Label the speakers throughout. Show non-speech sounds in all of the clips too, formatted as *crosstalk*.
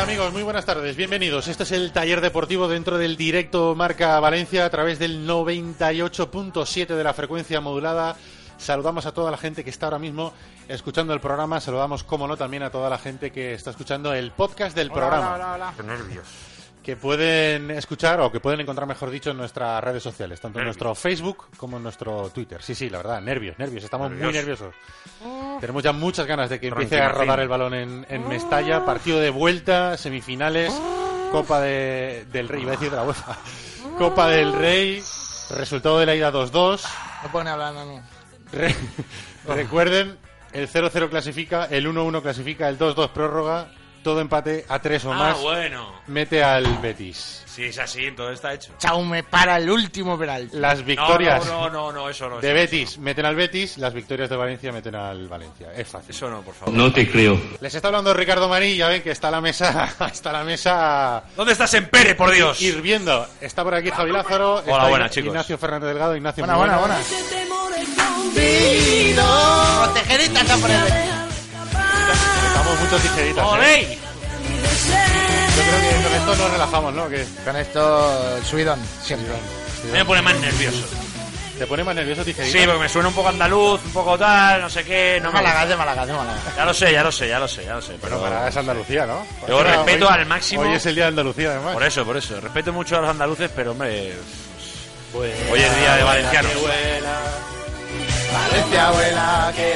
Speaker 1: amigos? Muy buenas tardes, bienvenidos. Este es el taller deportivo dentro del directo Marca Valencia a través del 98.7 de la frecuencia modulada. Saludamos a toda la gente que está ahora mismo escuchando el programa. Saludamos, como no, también a toda la gente que está escuchando el podcast del
Speaker 2: hola,
Speaker 1: programa.
Speaker 2: Hola, hola,
Speaker 3: Qué nervios.
Speaker 1: Que pueden escuchar o que pueden encontrar, mejor dicho, en nuestras redes sociales, tanto nervios. en nuestro Facebook como en nuestro Twitter. Sí, sí, la verdad, nervios, nervios. Estamos nervios. muy nerviosos. Tenemos ya muchas ganas de que empiece a rodar el balón en, en Mestalla. Partido de vuelta, semifinales, Copa de, del Rey, iba a decir de la UEFA. Copa del Rey, resultado de la ida 2-2.
Speaker 2: No pone hablando a mí.
Speaker 1: Re Recuerden, el 0-0 clasifica, el 1-1 clasifica, el 2-2 prórroga. Todo empate a 3 o
Speaker 3: ah,
Speaker 1: más.
Speaker 3: bueno.
Speaker 1: Mete al Betis.
Speaker 3: Sí, es así, todo está hecho.
Speaker 2: Chaume para el último Peralta.
Speaker 1: Las victorias
Speaker 3: no, no, no, eso
Speaker 1: de Betis meten al Betis, las victorias de Valencia meten al Valencia. Es fácil.
Speaker 3: Eso no, por favor.
Speaker 4: No te creo.
Speaker 1: Les está hablando Ricardo Marí, ya ven que está la mesa, *laughs* está la mesa.
Speaker 3: ¿Dónde estás en Pere, por Dios?
Speaker 1: Hirviendo. Está por aquí Javi Lázaro,
Speaker 3: Hola,
Speaker 1: está
Speaker 3: buenas, chicos.
Speaker 1: Ignacio Fernández Delgado, Ignacio.
Speaker 2: Buena, buena, buena. Tijeritas a poner.
Speaker 1: Estamos muchos tijeritas. ¿eh?
Speaker 3: ¡Olé!
Speaker 1: Yo creo que con esto nos relajamos, ¿no? Que
Speaker 2: Con esto, subidón, siempre.
Speaker 3: Me pone más nervioso.
Speaker 1: te pone más nervioso tijerita.
Speaker 3: Sí, porque me suena un poco andaluz, un poco tal, no sé qué. No me
Speaker 2: Málaga, de Málaga, de Málaga.
Speaker 3: Ya lo sé, ya lo sé, ya lo sé, ya lo sé. Pero,
Speaker 1: Pero para es Andalucía, ¿no?
Speaker 3: Yo
Speaker 1: Ahora,
Speaker 3: respeto
Speaker 1: hoy-
Speaker 3: al máximo.
Speaker 1: Hoy es el día de Andalucía, además.
Speaker 3: Por eso, por eso. Respeto mucho a los andaluces, pero hombre. Hoy es día de valencianos.
Speaker 2: Valencia, abuela, que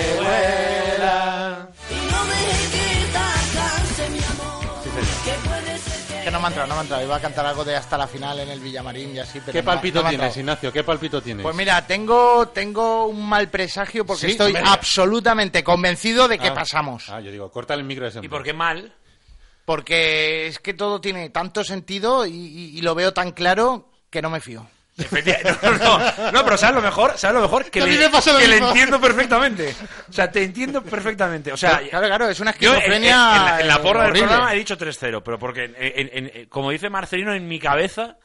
Speaker 2: Que no me ha entrado, no me ha entrado. Iba a cantar algo de hasta la final en el Villamarín y así, pero
Speaker 1: ¿Qué
Speaker 2: no me ha-
Speaker 1: palpito
Speaker 2: no me ha
Speaker 1: tienes,
Speaker 2: entrado.
Speaker 1: Ignacio? ¿Qué palpito tienes?
Speaker 2: Pues mira, tengo, tengo un mal presagio porque
Speaker 1: ¿Sí?
Speaker 2: estoy
Speaker 1: Hombre.
Speaker 2: absolutamente convencido de que
Speaker 1: Ah.
Speaker 2: pasamos.
Speaker 1: Ah, yo digo, corta el micro de ese
Speaker 3: ¿Y
Speaker 1: hombre.
Speaker 3: por qué mal?
Speaker 2: Porque es que todo tiene tanto sentido y, y- y lo veo tan claro que no me fío.
Speaker 3: Efectivamente. *laughs* No, no, no. No, pero ¿sabes lo mejor? ¿Sabes lo mejor? Que,
Speaker 1: A mí
Speaker 3: le,
Speaker 1: me pasa lo
Speaker 3: que le
Speaker 1: mismo.
Speaker 3: entiendo perfectamente. O sea, te entiendo perfectamente. O sea,
Speaker 2: Claro, claro, es una
Speaker 3: yo en, en- en
Speaker 2: esquizofrenia.
Speaker 3: la, en la
Speaker 2: eh,
Speaker 3: porra del
Speaker 2: horrible.
Speaker 3: programa he dicho 3-0, pero porque, en- en- en- como dice Marcelino, en mi cabeza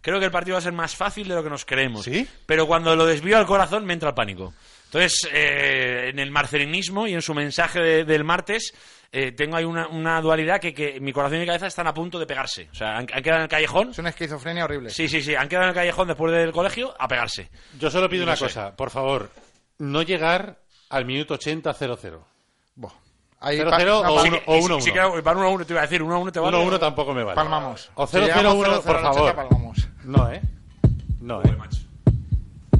Speaker 3: creo que el partido va a ser más fácil de lo que nos creemos.
Speaker 1: ¿Sí?
Speaker 3: Pero cuando lo desvío al corazón me entra el pánico. Entonces, eh, en el marcelinismo y en su mensaje de- del martes, eh, tengo ahí una, una dualidad que, que mi corazón y mi cabeza están a punto de pegarse. O sea, han, han quedado en el callejón.
Speaker 2: Es una esquizofrenia horrible.
Speaker 3: Sí, sí, sí, han quedado en el callejón después del colegio a pegarse.
Speaker 1: Yo solo pido
Speaker 3: No
Speaker 1: una
Speaker 3: sé.
Speaker 1: cosa, por favor, no llegar al minuto 80-0-0.
Speaker 2: Buah. Ahí
Speaker 1: Cero,
Speaker 2: pa-
Speaker 1: cero
Speaker 2: no,
Speaker 1: o
Speaker 2: pa-
Speaker 3: Sí
Speaker 1: uno-
Speaker 3: que- sí- sí que van 1 a 1, te iba a decir, 1 a 1 te vale.
Speaker 1: 1-1 tampoco me vale.
Speaker 2: Palmamos.
Speaker 1: O
Speaker 2: Si llegamos
Speaker 1: 0-0-1,
Speaker 2: 0-0
Speaker 1: por
Speaker 2: al 80,
Speaker 1: favor.
Speaker 2: palmamos.
Speaker 1: No, ¿eh? No,
Speaker 3: Joder,
Speaker 1: ¿eh?
Speaker 3: macho.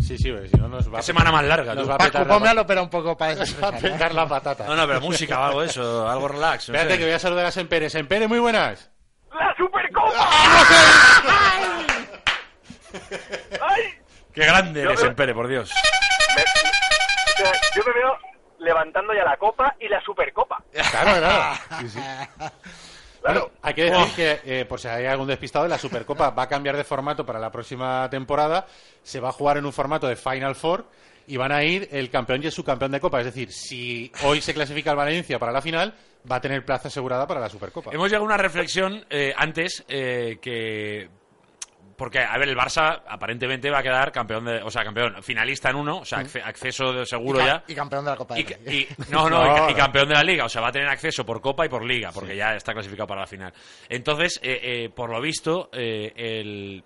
Speaker 1: Sí, sí, porque si no nos va
Speaker 3: Qué semana más larga,
Speaker 1: Nos
Speaker 3: tú.
Speaker 1: va a
Speaker 2: Paco,
Speaker 1: petar la,
Speaker 2: pónmelo, pero un poco
Speaker 3: *laughs*
Speaker 2: para
Speaker 1: va a
Speaker 2: desestresar, ¿eh?
Speaker 1: petar la patata.
Speaker 3: No, no, pero música o algo de eso, algo relax. no
Speaker 1: Espérate
Speaker 3: sé.
Speaker 1: que voy a saludar a Sempere. Sempere, muy buenas.
Speaker 5: ¡La Supercopa! ¡Ay!
Speaker 3: Qué grande
Speaker 5: Yo
Speaker 3: eres,
Speaker 5: creo-
Speaker 3: Empere, por Dios.
Speaker 5: O sea, yo me veo levantando ya la copa y la Supercopa.
Speaker 2: *laughs*
Speaker 1: Claro, claro. Sí, sí.
Speaker 5: claro.
Speaker 1: Hay que
Speaker 2: Oh.
Speaker 1: decir que, eh, por si hay algún despistado, la Supercopa va a cambiar de formato para la próxima temporada. Se va a jugar en un formato de Final Four y van a ir el campeón y el subcampeón de Copa. Es decir, si hoy se clasifica el Valencia para la final, va a tener plaza asegurada para la Supercopa.
Speaker 3: Hemos llegado a una reflexión eh, antes eh, que. Porque, a ver, el Barça aparentemente va a quedar campeón de. O sea, campeón, finalista en uno, o sea, acce- acceso de seguro
Speaker 2: y,
Speaker 3: ya.
Speaker 2: ca- y campeón de la Copa
Speaker 3: Y,
Speaker 2: del
Speaker 3: ca-
Speaker 2: Rey.
Speaker 3: y- no, no, y
Speaker 1: *laughs*
Speaker 3: ca-
Speaker 1: No,
Speaker 3: y
Speaker 1: no.
Speaker 3: campeón de la liga. O sea, va a tener acceso por Copa y por Liga, porque ya está clasificado para la final. Entonces, eh, eh, por lo visto, eh, el,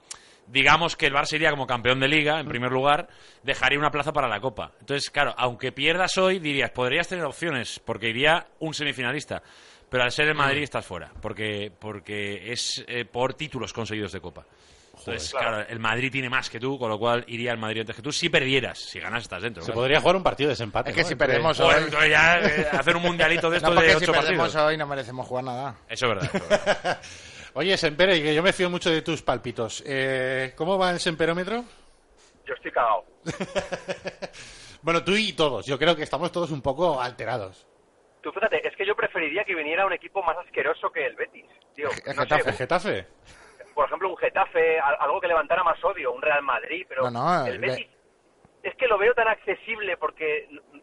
Speaker 3: digamos que el Barça iría como campeón de Liga, en primer lugar, dejaría una plaza para la Copa. Entonces, claro, aunque pierdas hoy, dirías, podrías tener opciones, porque iría un semifinalista. Pero al ser el
Speaker 2: Mm.
Speaker 3: Madrid estás fuera, porque, porque es eh, por títulos conseguidos de Copa. Entonces, claro, el Madrid tiene más que tú, con lo cual iría el Madrid antes que tú si perdieras. Si ganas, estás dentro.
Speaker 1: Se
Speaker 3: claro.
Speaker 1: podría jugar un partido de desempate.
Speaker 2: Es que
Speaker 1: ¿no?
Speaker 2: si
Speaker 1: Entre-
Speaker 2: perdemos
Speaker 3: Joder,
Speaker 2: hoy.
Speaker 3: entonces ya *laughs* eh, hacer un mundialito de
Speaker 2: No,
Speaker 3: esto
Speaker 2: porque
Speaker 3: de
Speaker 2: si
Speaker 3: ocho
Speaker 2: perdemos
Speaker 3: partidos.
Speaker 2: hoy no merecemos jugar nada.
Speaker 3: Eso es verdad. eso es verdad.
Speaker 1: Oye, Sempere, que yo me fío mucho de tus pálpitos. Eh, ¿Cómo va el Semperómetro? *laughs*
Speaker 5: Yo estoy cagado.
Speaker 1: Bueno, tú y todos. Yo creo que estamos todos un poco alterados.
Speaker 5: Tú fíjate, es que yo preferiría que viniera un equipo más asqueroso que el Betis. Tío, no sé, pues.
Speaker 1: ¿El Getafe?
Speaker 5: por ejemplo, un Getafe, al- algo que levantara más odio, un Real Madrid, pero
Speaker 2: No, no,
Speaker 5: el
Speaker 2: el
Speaker 5: Betis es que lo veo tan accesible porque n-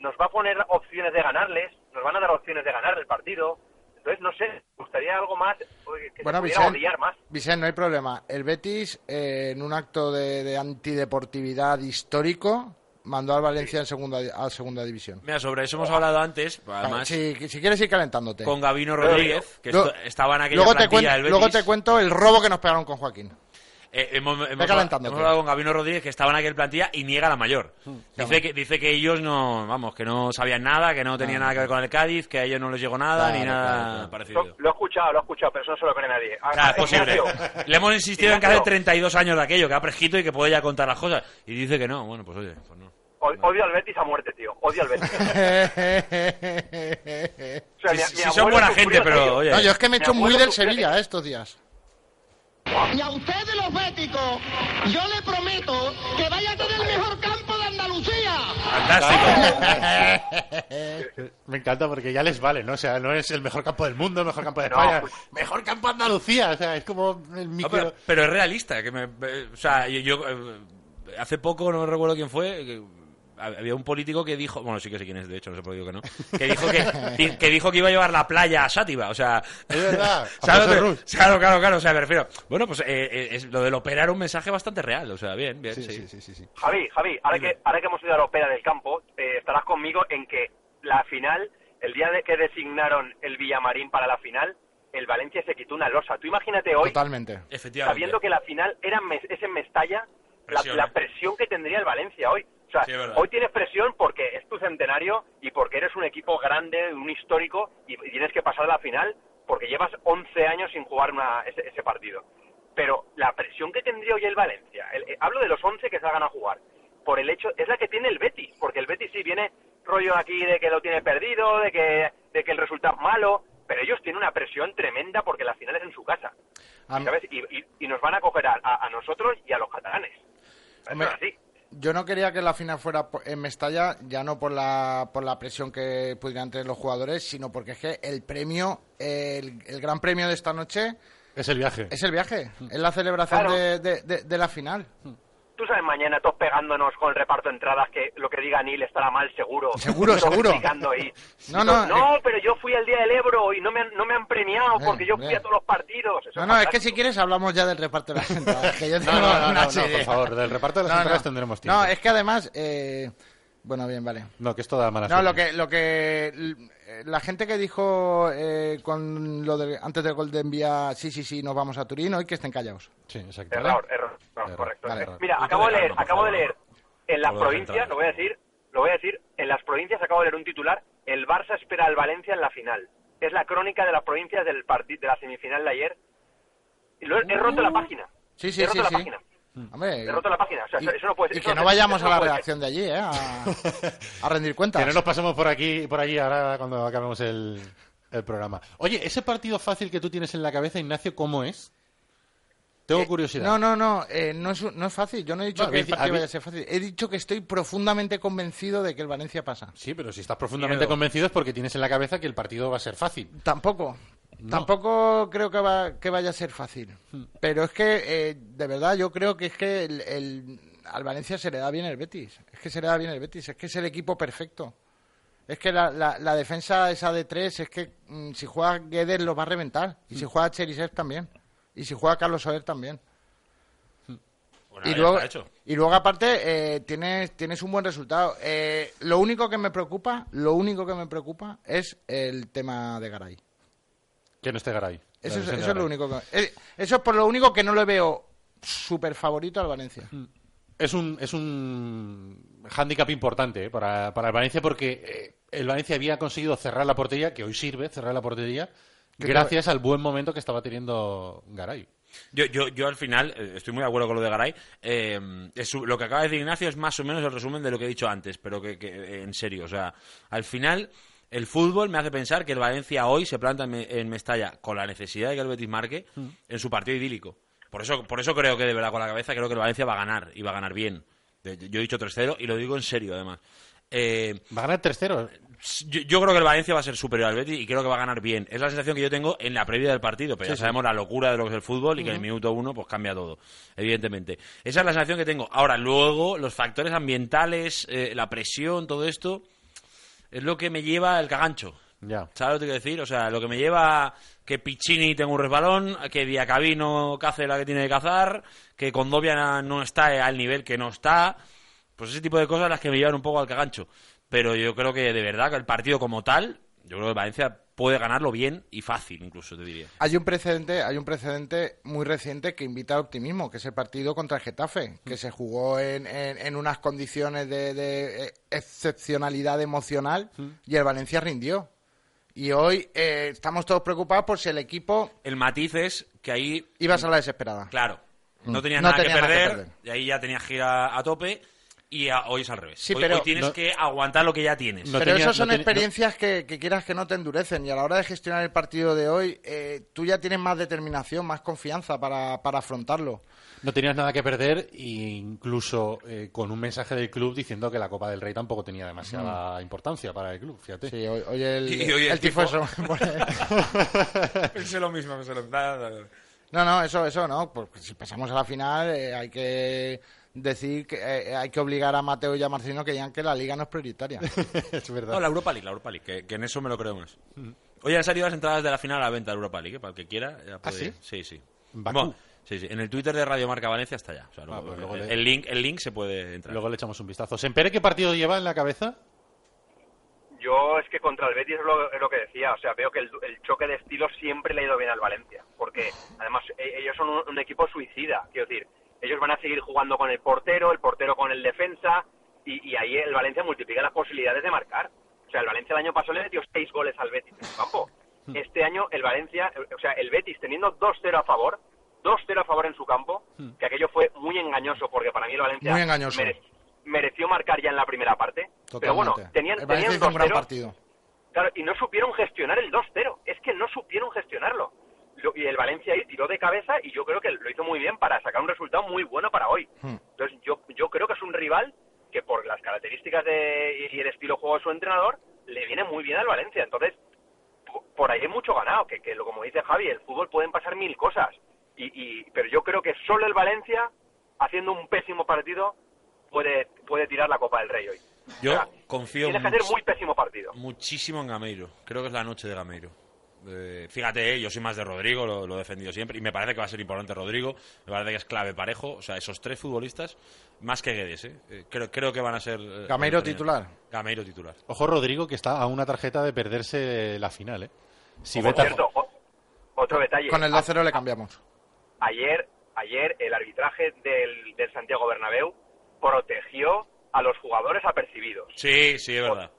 Speaker 5: nos va a poner opciones de ganarles, nos van a dar opciones de ganar el partido. Entonces, no sé, me gustaría algo más oye, que
Speaker 2: Bueno,
Speaker 5: se pudiera
Speaker 2: Vicente,
Speaker 5: odiar más.
Speaker 2: Vicente, no hay problema. El Betis, eh, en un acto de, de antideportividad histórico, mandó al Valencia en segunda, a segunda división.
Speaker 3: Mira, sobre eso hemos hablado antes, además,
Speaker 2: si, si quieres ir calentándote.
Speaker 3: con Gabino Rodríguez, que
Speaker 2: Lo-
Speaker 3: esto- estaba en aquella
Speaker 2: luego te,
Speaker 3: plantilla
Speaker 2: cuen-
Speaker 3: del Betis.
Speaker 2: luego te cuento el robo que nos pegaron con Joaquín.
Speaker 3: Eh, hemos, hemos-
Speaker 2: Ve calentándote.
Speaker 3: hemos hablado con Gabino Rodríguez, que estaba en aquella plantilla, y niega la mayor. Dice
Speaker 2: claro.
Speaker 3: que, dice que ellos no, vamos, que no sabían nada, que no tenían nada que ver con el Cádiz, que a ellos no les llegó nada,
Speaker 2: Claro,
Speaker 3: ni nada
Speaker 2: claro, claro.
Speaker 3: parecido.
Speaker 5: Lo, lo he escuchado, lo he escuchado, pero eso no se lo cree nadie. Ah,
Speaker 3: Claro, es posible.
Speaker 5: Ignacio,
Speaker 3: Le hemos insistido en que hace
Speaker 5: Ignacio.
Speaker 3: 32 años de aquello, que ha prejito y que puede ya contar las cosas. Y dice que no. Bueno, pues oye, pues no.
Speaker 5: o- Odio al Betis a muerte, tío. Odio
Speaker 3: *laughs*
Speaker 5: al Betis.
Speaker 2: no,
Speaker 5: O sea,
Speaker 3: Si-
Speaker 5: mi-
Speaker 3: si
Speaker 5: mi
Speaker 3: son
Speaker 5: abuelo
Speaker 3: buena
Speaker 5: sufrió
Speaker 3: gente, pero,
Speaker 5: aquello.
Speaker 3: oye.
Speaker 2: yo es que me he hecho
Speaker 5: Mi
Speaker 2: muy
Speaker 5: abuelo
Speaker 2: del
Speaker 5: sufrió
Speaker 2: Sevilla
Speaker 5: aquello.
Speaker 2: eh, estos días.
Speaker 4: Y a ustedes los béticos, yo les prometo que vaya a tener el mejor campo de Andalucía.
Speaker 3: *laughs* Fantástico.
Speaker 1: Eh, Me encanta porque ya les vale, ¿no? O sea, no es el mejor campo del mundo, el mejor campo de
Speaker 5: No,
Speaker 1: España,
Speaker 5: pues-
Speaker 1: mejor campo de Andalucía. O sea, es como el
Speaker 3: No,
Speaker 1: micro.
Speaker 3: Ah, pero, pero es realista. Que me, eh, o sea, yo, yo, eh, hace poco, no recuerdo quién fue, que había un político que dijo, bueno, sí que sé quién es, de hecho, no sé por qué digo que no, que dijo que, di- que dijo que iba a llevar la playa a Sátiva, o sea...
Speaker 1: Es
Speaker 3: *laughs*
Speaker 1: verdad, a
Speaker 3: ¿sabes?
Speaker 1: José Rus.
Speaker 3: Claro, claro, claro, o sea, me refiero... Bueno, pues eh, eh, es- lo del operar un mensaje bastante real, o sea, bien, bien, sí.
Speaker 5: Javi, Javi, ahora que, ahora que hemos ido a la ópera del campo, eh, estarás conmigo en que la final, el día de que designaron el Villamarín para la final, el Valencia se quitó una losa. Tú imagínate hoy,
Speaker 2: Totalmente.
Speaker 3: Efectivamente.
Speaker 5: sabiendo que la final era en Mes- es en Mestalla, la,
Speaker 3: Presión,
Speaker 5: la
Speaker 3: eh.
Speaker 5: presión que tendría el Valencia hoy. O sea,
Speaker 3: Sí, es verdad.
Speaker 5: hoy tienes presión porque es tu centenario y porque eres un equipo grande, un histórico, y y tienes que pasar a la final porque llevas 11 años sin jugar una- ese, ese partido. Pero la presión que tendría hoy el Valencia, el- eh, hablo de los 11 que salgan a jugar, por el hecho, es la que tiene el Betis, porque el Betis sí viene rollo aquí de que lo tiene perdido, de que, de que el resultado es malo, pero ellos tienen una presión tremenda porque la final es en su casa.
Speaker 2: Am-
Speaker 5: ¿sabes? Y, y- y nos van a coger a, a- a nosotros y a los catalanes. Eso
Speaker 2: Hombre,
Speaker 5: es así.
Speaker 2: Yo no quería que la final fuera por- en Mestalla, ya no por la, por la presión que pudieran tener los jugadores, sino porque es que el premio, el, el gran premio de esta noche
Speaker 1: Es el viaje.
Speaker 2: es el viaje, es la celebración
Speaker 5: Claro.
Speaker 2: de, de- de- de la final.
Speaker 5: Tú sabes, mañana todos pegándonos con el reparto de entradas que lo que diga Neil estará mal, seguro.
Speaker 2: Seguro,
Speaker 5: Todos
Speaker 2: seguro.
Speaker 5: criticando ahí.
Speaker 2: *laughs* No, no,
Speaker 5: No, pero yo fui al día del Ebro y no me, han- no me han premiado
Speaker 2: Eh,
Speaker 5: porque yo fui
Speaker 2: hombre.
Speaker 5: a todos los partidos. Eso
Speaker 2: No, no, es que
Speaker 5: fantástico.
Speaker 2: si quieres hablamos ya del reparto de
Speaker 1: *laughs*
Speaker 2: las entradas. que yo
Speaker 1: No,
Speaker 2: tengo
Speaker 1: no, no,
Speaker 2: *laughs*
Speaker 1: no,
Speaker 2: una
Speaker 1: no,
Speaker 2: serie.
Speaker 1: por favor, del reparto de las
Speaker 2: No, no.
Speaker 1: entradas tendremos tiempo.
Speaker 2: No, es que además, eh, bueno, bien, vale.
Speaker 1: No, que esto da mala
Speaker 2: No, lo
Speaker 1: suerte.
Speaker 2: que, lo que eh, la gente que dijo eh, con lo del antes del Golden Vía, sí, sí, sí, nos vamos a Turín, hoy que estén callados.
Speaker 1: Sí, exacto.
Speaker 5: Error, error, error,
Speaker 1: Error,
Speaker 5: correcto.
Speaker 2: vale,
Speaker 5: Eh,
Speaker 2: error.
Speaker 5: Mira,
Speaker 3: Punto
Speaker 5: acabo
Speaker 3: de
Speaker 5: de leer,
Speaker 3: Carlos,
Speaker 5: acabo de
Speaker 3: por favor.
Speaker 5: leer en las
Speaker 3: Por lo de
Speaker 5: provincias,
Speaker 3: central.
Speaker 5: lo voy a decir, lo voy a decir, en las provincias acabo de leer un titular, el Barça espera al Valencia en la final. Es la crónica de las provincias del partido de la semifinal de ayer. Y lo he, he roto la página.
Speaker 2: Uh. Sí, sí,
Speaker 5: he
Speaker 2: sí,
Speaker 5: roto la
Speaker 2: sí.
Speaker 5: página.
Speaker 2: Hombre,
Speaker 5: He roto la página, o sea,
Speaker 2: y,
Speaker 5: eso no puede ser,
Speaker 2: y
Speaker 5: eso
Speaker 2: que
Speaker 5: no
Speaker 2: no
Speaker 5: puede ser,
Speaker 2: vamos
Speaker 5: eso
Speaker 2: a
Speaker 5: no
Speaker 2: la
Speaker 5: puede ser.
Speaker 2: redacción de allí, ¿eh?
Speaker 1: *laughs*
Speaker 2: A, a rendir
Speaker 1: Que
Speaker 2: cuentas.
Speaker 1: no nos pasemos por aquí y por allí ahora cuando acabemos el, el programa. Oye, ese partido fácil que tú tienes en la cabeza, Ignacio, ¿cómo es? Tengo curiosidad.
Speaker 2: Eh, No, no, no, eh, no, es, un- no es fácil. Yo no he dicho
Speaker 1: No,
Speaker 2: que el
Speaker 1: habéis-
Speaker 2: partido
Speaker 1: habéis-
Speaker 2: vaya a ser fácil. He dicho que estoy profundamente convencido de que el Valencia pasa.
Speaker 1: Sí, pero si estás profundamente
Speaker 3: Miedo.
Speaker 1: convencido es porque tienes en la cabeza que el partido va a ser fácil.
Speaker 2: Tampoco. Tampoco creo que, va- que vaya a ser fácil.
Speaker 3: Hmm.
Speaker 2: Pero es que, eh, de verdad, yo creo que es que el, el- al Valencia se le da bien el Betis. Es que se le da bien el Betis. Es que es el equipo perfecto. Es que la, la- la defensa esa de tres es que mm, si juega Guedes los va a reventar. Y
Speaker 3: Hmm.
Speaker 2: si juega Cherisev también. Y si juega Carlos Soler también.
Speaker 3: Bueno,
Speaker 2: Y
Speaker 3: ya
Speaker 2: luego,
Speaker 3: está hecho.
Speaker 2: y luego aparte, eh, tienes, tienes un buen resultado. Eh, lo único que me preocupa, lo único que me preocupa es el tema de Garay.
Speaker 1: Que no esté Garay. La
Speaker 2: Eso es,
Speaker 1: lesión de
Speaker 2: eso es lo
Speaker 1: Garay.
Speaker 2: único que, eh, eso es por lo único que no le veo súper favorito al Valencia.
Speaker 1: es un, es un hándicap importante eh, para, para el Valencia porque eh, el Valencia había conseguido cerrar la portería, que hoy sirve cerrar la portería, gracias al buen momento que estaba teniendo Garay.
Speaker 3: Yo, yo, yo al final eh, estoy muy de acuerdo con lo de Garay. Eh, es su- lo que acaba de decir Ignacio es más o menos el resumen de lo que he dicho antes, pero que, que, eh, en serio, o sea, al final el fútbol me hace pensar que el Valencia hoy se planta en, Me- en Mestalla con la necesidad de que el Betis marque en su partido idílico. Por eso, por eso creo que de verdad con la cabeza creo que el Valencia va a ganar y va a ganar bien. De- Yo he dicho 3-0 y lo digo en serio además. Eh,
Speaker 1: Va a ganar 3-0.
Speaker 3: yo, yo creo que el Valencia va a ser superior al Betis y creo que va a ganar bien. Es la sensación que yo tengo en la previa del partido, pero ya sabemos la locura de lo que es el fútbol y que en el minuto uno pues cambia todo, evidentemente. Esa es la sensación que tengo. Ahora, luego, los factores ambientales, eh, la presión, todo esto, es lo que me lleva el cagancho.
Speaker 1: Ya.
Speaker 3: ¿Sabes lo que quiero decir? O sea, lo que me lleva a que Piccini tenga un resbalón, a que Diacabino cace la que tiene que cazar, que Condovia no está al nivel que no está. Pues ese tipo de cosas las que me llevan un poco al cagancho. Pero yo creo que de verdad que el partido como tal, yo creo que Valencia puede ganarlo bien y fácil, incluso te diría.
Speaker 2: Hay un precedente, hay un precedente muy reciente que invita al optimismo, que es el partido contra el Getafe, que se jugó en, en- en unas condiciones de, de, eh, excepcionalidad emocional y el Valencia rindió. Y hoy eh, estamos todos preocupados por si el equipo
Speaker 3: El matiz es que ahí,
Speaker 2: iba a ser la desesperada.
Speaker 3: claro, no tenías,
Speaker 2: Mm. No
Speaker 3: nada,
Speaker 2: tenías nada
Speaker 3: que
Speaker 2: que
Speaker 3: perder,
Speaker 2: perder.
Speaker 3: y ahí ya tenías gira a tope y a- hoy es al revés.
Speaker 2: Sí,
Speaker 3: hoy,
Speaker 2: pero
Speaker 3: hoy tienes
Speaker 1: no-
Speaker 3: que aguantar lo que ya tienes. *laughs*
Speaker 1: No
Speaker 2: Pero
Speaker 1: tenía-
Speaker 2: esas
Speaker 1: no
Speaker 2: son
Speaker 1: tenía-
Speaker 2: experiencias que, que quieras que no te endurecen y a la hora de gestionar el partido de hoy eh, tú ya tienes más determinación, más confianza para, para afrontarlo.
Speaker 1: No tenías nada que perder, e incluso eh, con un mensaje del club diciendo que la Copa del Rey tampoco tenía demasiada importancia para el club, fíjate.
Speaker 2: Sí, hoy, hoy el,
Speaker 3: Y hoy el
Speaker 2: el pues, tifoso. *laughs*
Speaker 3: pensé lo mismo, pensé lo mismo.
Speaker 2: no, no, eso, eso no. Porque si pasamos a la final eh, hay que decir que eh, hay que obligar a Mateo y a Marcino que digan que la liga no es prioritaria.
Speaker 1: *laughs* es verdad.
Speaker 3: No, la Europa League, la Europa League, que, que en eso me lo creo más. Hoy han salido las entradas de la final a la venta de Europa League, eh, para el que quiera. ya puede
Speaker 1: sí?
Speaker 3: ir. Sí, sí.
Speaker 1: ¿En Bakú?
Speaker 3: Bueno, sí, sí. En el Twitter de Radio Marca Valencia está ya. O sea, luego-
Speaker 1: pues luego
Speaker 3: el,
Speaker 1: le-
Speaker 3: el link, el link se puede entrar.
Speaker 1: Luego le echamos un vistazo. ¿Sempere qué partido lleva en la cabeza?
Speaker 5: Yo es que contra el Betis es lo, es lo que decía, o sea, veo que el, el choque de estilos siempre le ha ido bien al Valencia, porque además e- ellos son un, un equipo suicida, quiero decir, ellos van a seguir jugando con el portero, el portero con el defensa, y, y ahí el Valencia multiplica las posibilidades de marcar. O sea, el Valencia el año pasado le metió seis goles al Betis en su campo. Este año el Valencia, o sea, el Betis teniendo 2-0 a favor, 2-0 a favor en su campo, que aquello fue muy engañoso, porque para mí el Valencia
Speaker 2: Hmm. Muy engañoso.
Speaker 5: mere- mereció marcar ya en la primera parte. Pero bueno,
Speaker 2: Totalmente.
Speaker 5: tenían,
Speaker 2: el
Speaker 5: tenían
Speaker 2: Valencia hizo un gran
Speaker 5: 2-0.
Speaker 2: partido.
Speaker 5: Claro, y no supieron gestionar el 2-0. Es que no supieron gestionarlo. Lo- y el Valencia ahí tiró de cabeza y yo creo que lo hizo muy bien para sacar un resultado muy bueno para hoy.
Speaker 2: Hmm.
Speaker 5: Entonces, yo, yo creo que es un rival que por las características de, y el estilo de juego de su entrenador, le viene muy bien al Valencia. Entonces, po- por ahí hay mucho ganado, que, que lo- como dice Javi, el fútbol pueden pasar mil cosas. Y, y- pero yo creo que solo el Valencia, haciendo un pésimo partido, puede, puede tirar la Copa del Rey hoy.
Speaker 3: Yo
Speaker 5: O sea,
Speaker 3: confío
Speaker 5: Ah, Tienes que hacer
Speaker 3: mucho-
Speaker 5: muy pésimo partido.
Speaker 3: muchísimo en Gameiro. Creo que es la noche de Gameiro. Eh, fíjate, eh, yo soy más de Rodrigo, lo, lo he defendido siempre, y me parece que va a ser importante Rodrigo, me parece que es clave parejo, o sea, esos tres futbolistas, más que Guedes, eh, eh, creo, creo que van a ser... eh,
Speaker 2: Gameiro
Speaker 3: los que tienen-
Speaker 2: titular.
Speaker 3: Gameiro titular.
Speaker 1: Ojo, Rodrigo, que está a una tarjeta de perderse la final, ¿eh? Si
Speaker 5: Por
Speaker 1: vete a-
Speaker 5: cierto, o- otro detalle.
Speaker 2: Con el 2-0 le cambiamos.
Speaker 5: A- ayer, ayer el arbitraje del, del Santiago Bernabéu protegió a los jugadores apercibidos.
Speaker 3: Sí, sí, es verdad.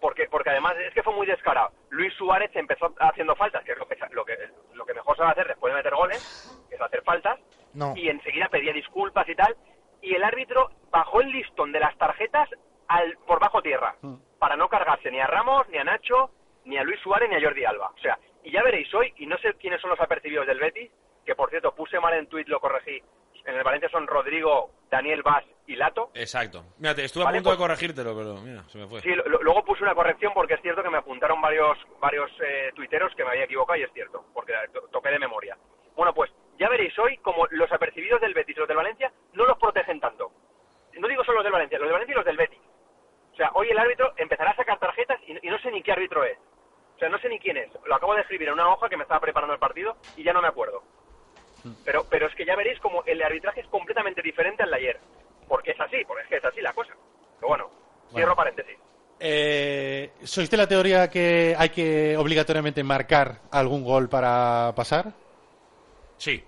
Speaker 5: Porque, porque además es que fue muy descarado. Luis Suárez empezó haciendo faltas, que es lo que, sa- lo que, lo que mejor sabe hacer después de meter goles, que es hacer faltas.
Speaker 2: No.
Speaker 5: Y enseguida pedía disculpas y tal. Y el árbitro bajó el listón de las tarjetas al, por bajo tierra. Para no cargarse ni a Ramos, ni a Nacho, ni a Luis Suárez, ni a Jordi Alba. O sea, y ya veréis hoy, y no sé quiénes son los apercibidos del Betis, que por cierto puse mal en tuit, lo corregí. En el Valencia son Rodrigo, Daniel Vaz y Pilato.
Speaker 3: Exacto. Mira, te- estuve
Speaker 5: Vale,
Speaker 3: a punto
Speaker 5: pues-
Speaker 3: de corregírtelo, pero mira, se me fue.
Speaker 5: Sí, lo- luego puse una corrección porque es cierto que me apuntaron varios, varios eh, tuiteros que me había equivocado y es cierto, porque to- toqué de memoria. Bueno, pues ya veréis hoy como los apercibidos del Betis y los del Valencia no los protegen tanto. No digo solo los del Valencia, los del Valencia y los del Betis. O sea, hoy el árbitro empezará a sacar tarjetas y, y no sé ni qué árbitro es. O sea, no sé ni quién es. Lo acabo de escribir en una hoja que me estaba preparando el partido y ya no me acuerdo. Pero, pero es que ya veréis como el arbitraje es completamente diferente al de ayer. Porque es así, porque es que es así la cosa. Pero bueno, cierro paréntesis.
Speaker 1: Eh, ¿Sois de la teoría que hay que obligatoriamente marcar algún gol para pasar?
Speaker 3: Sí.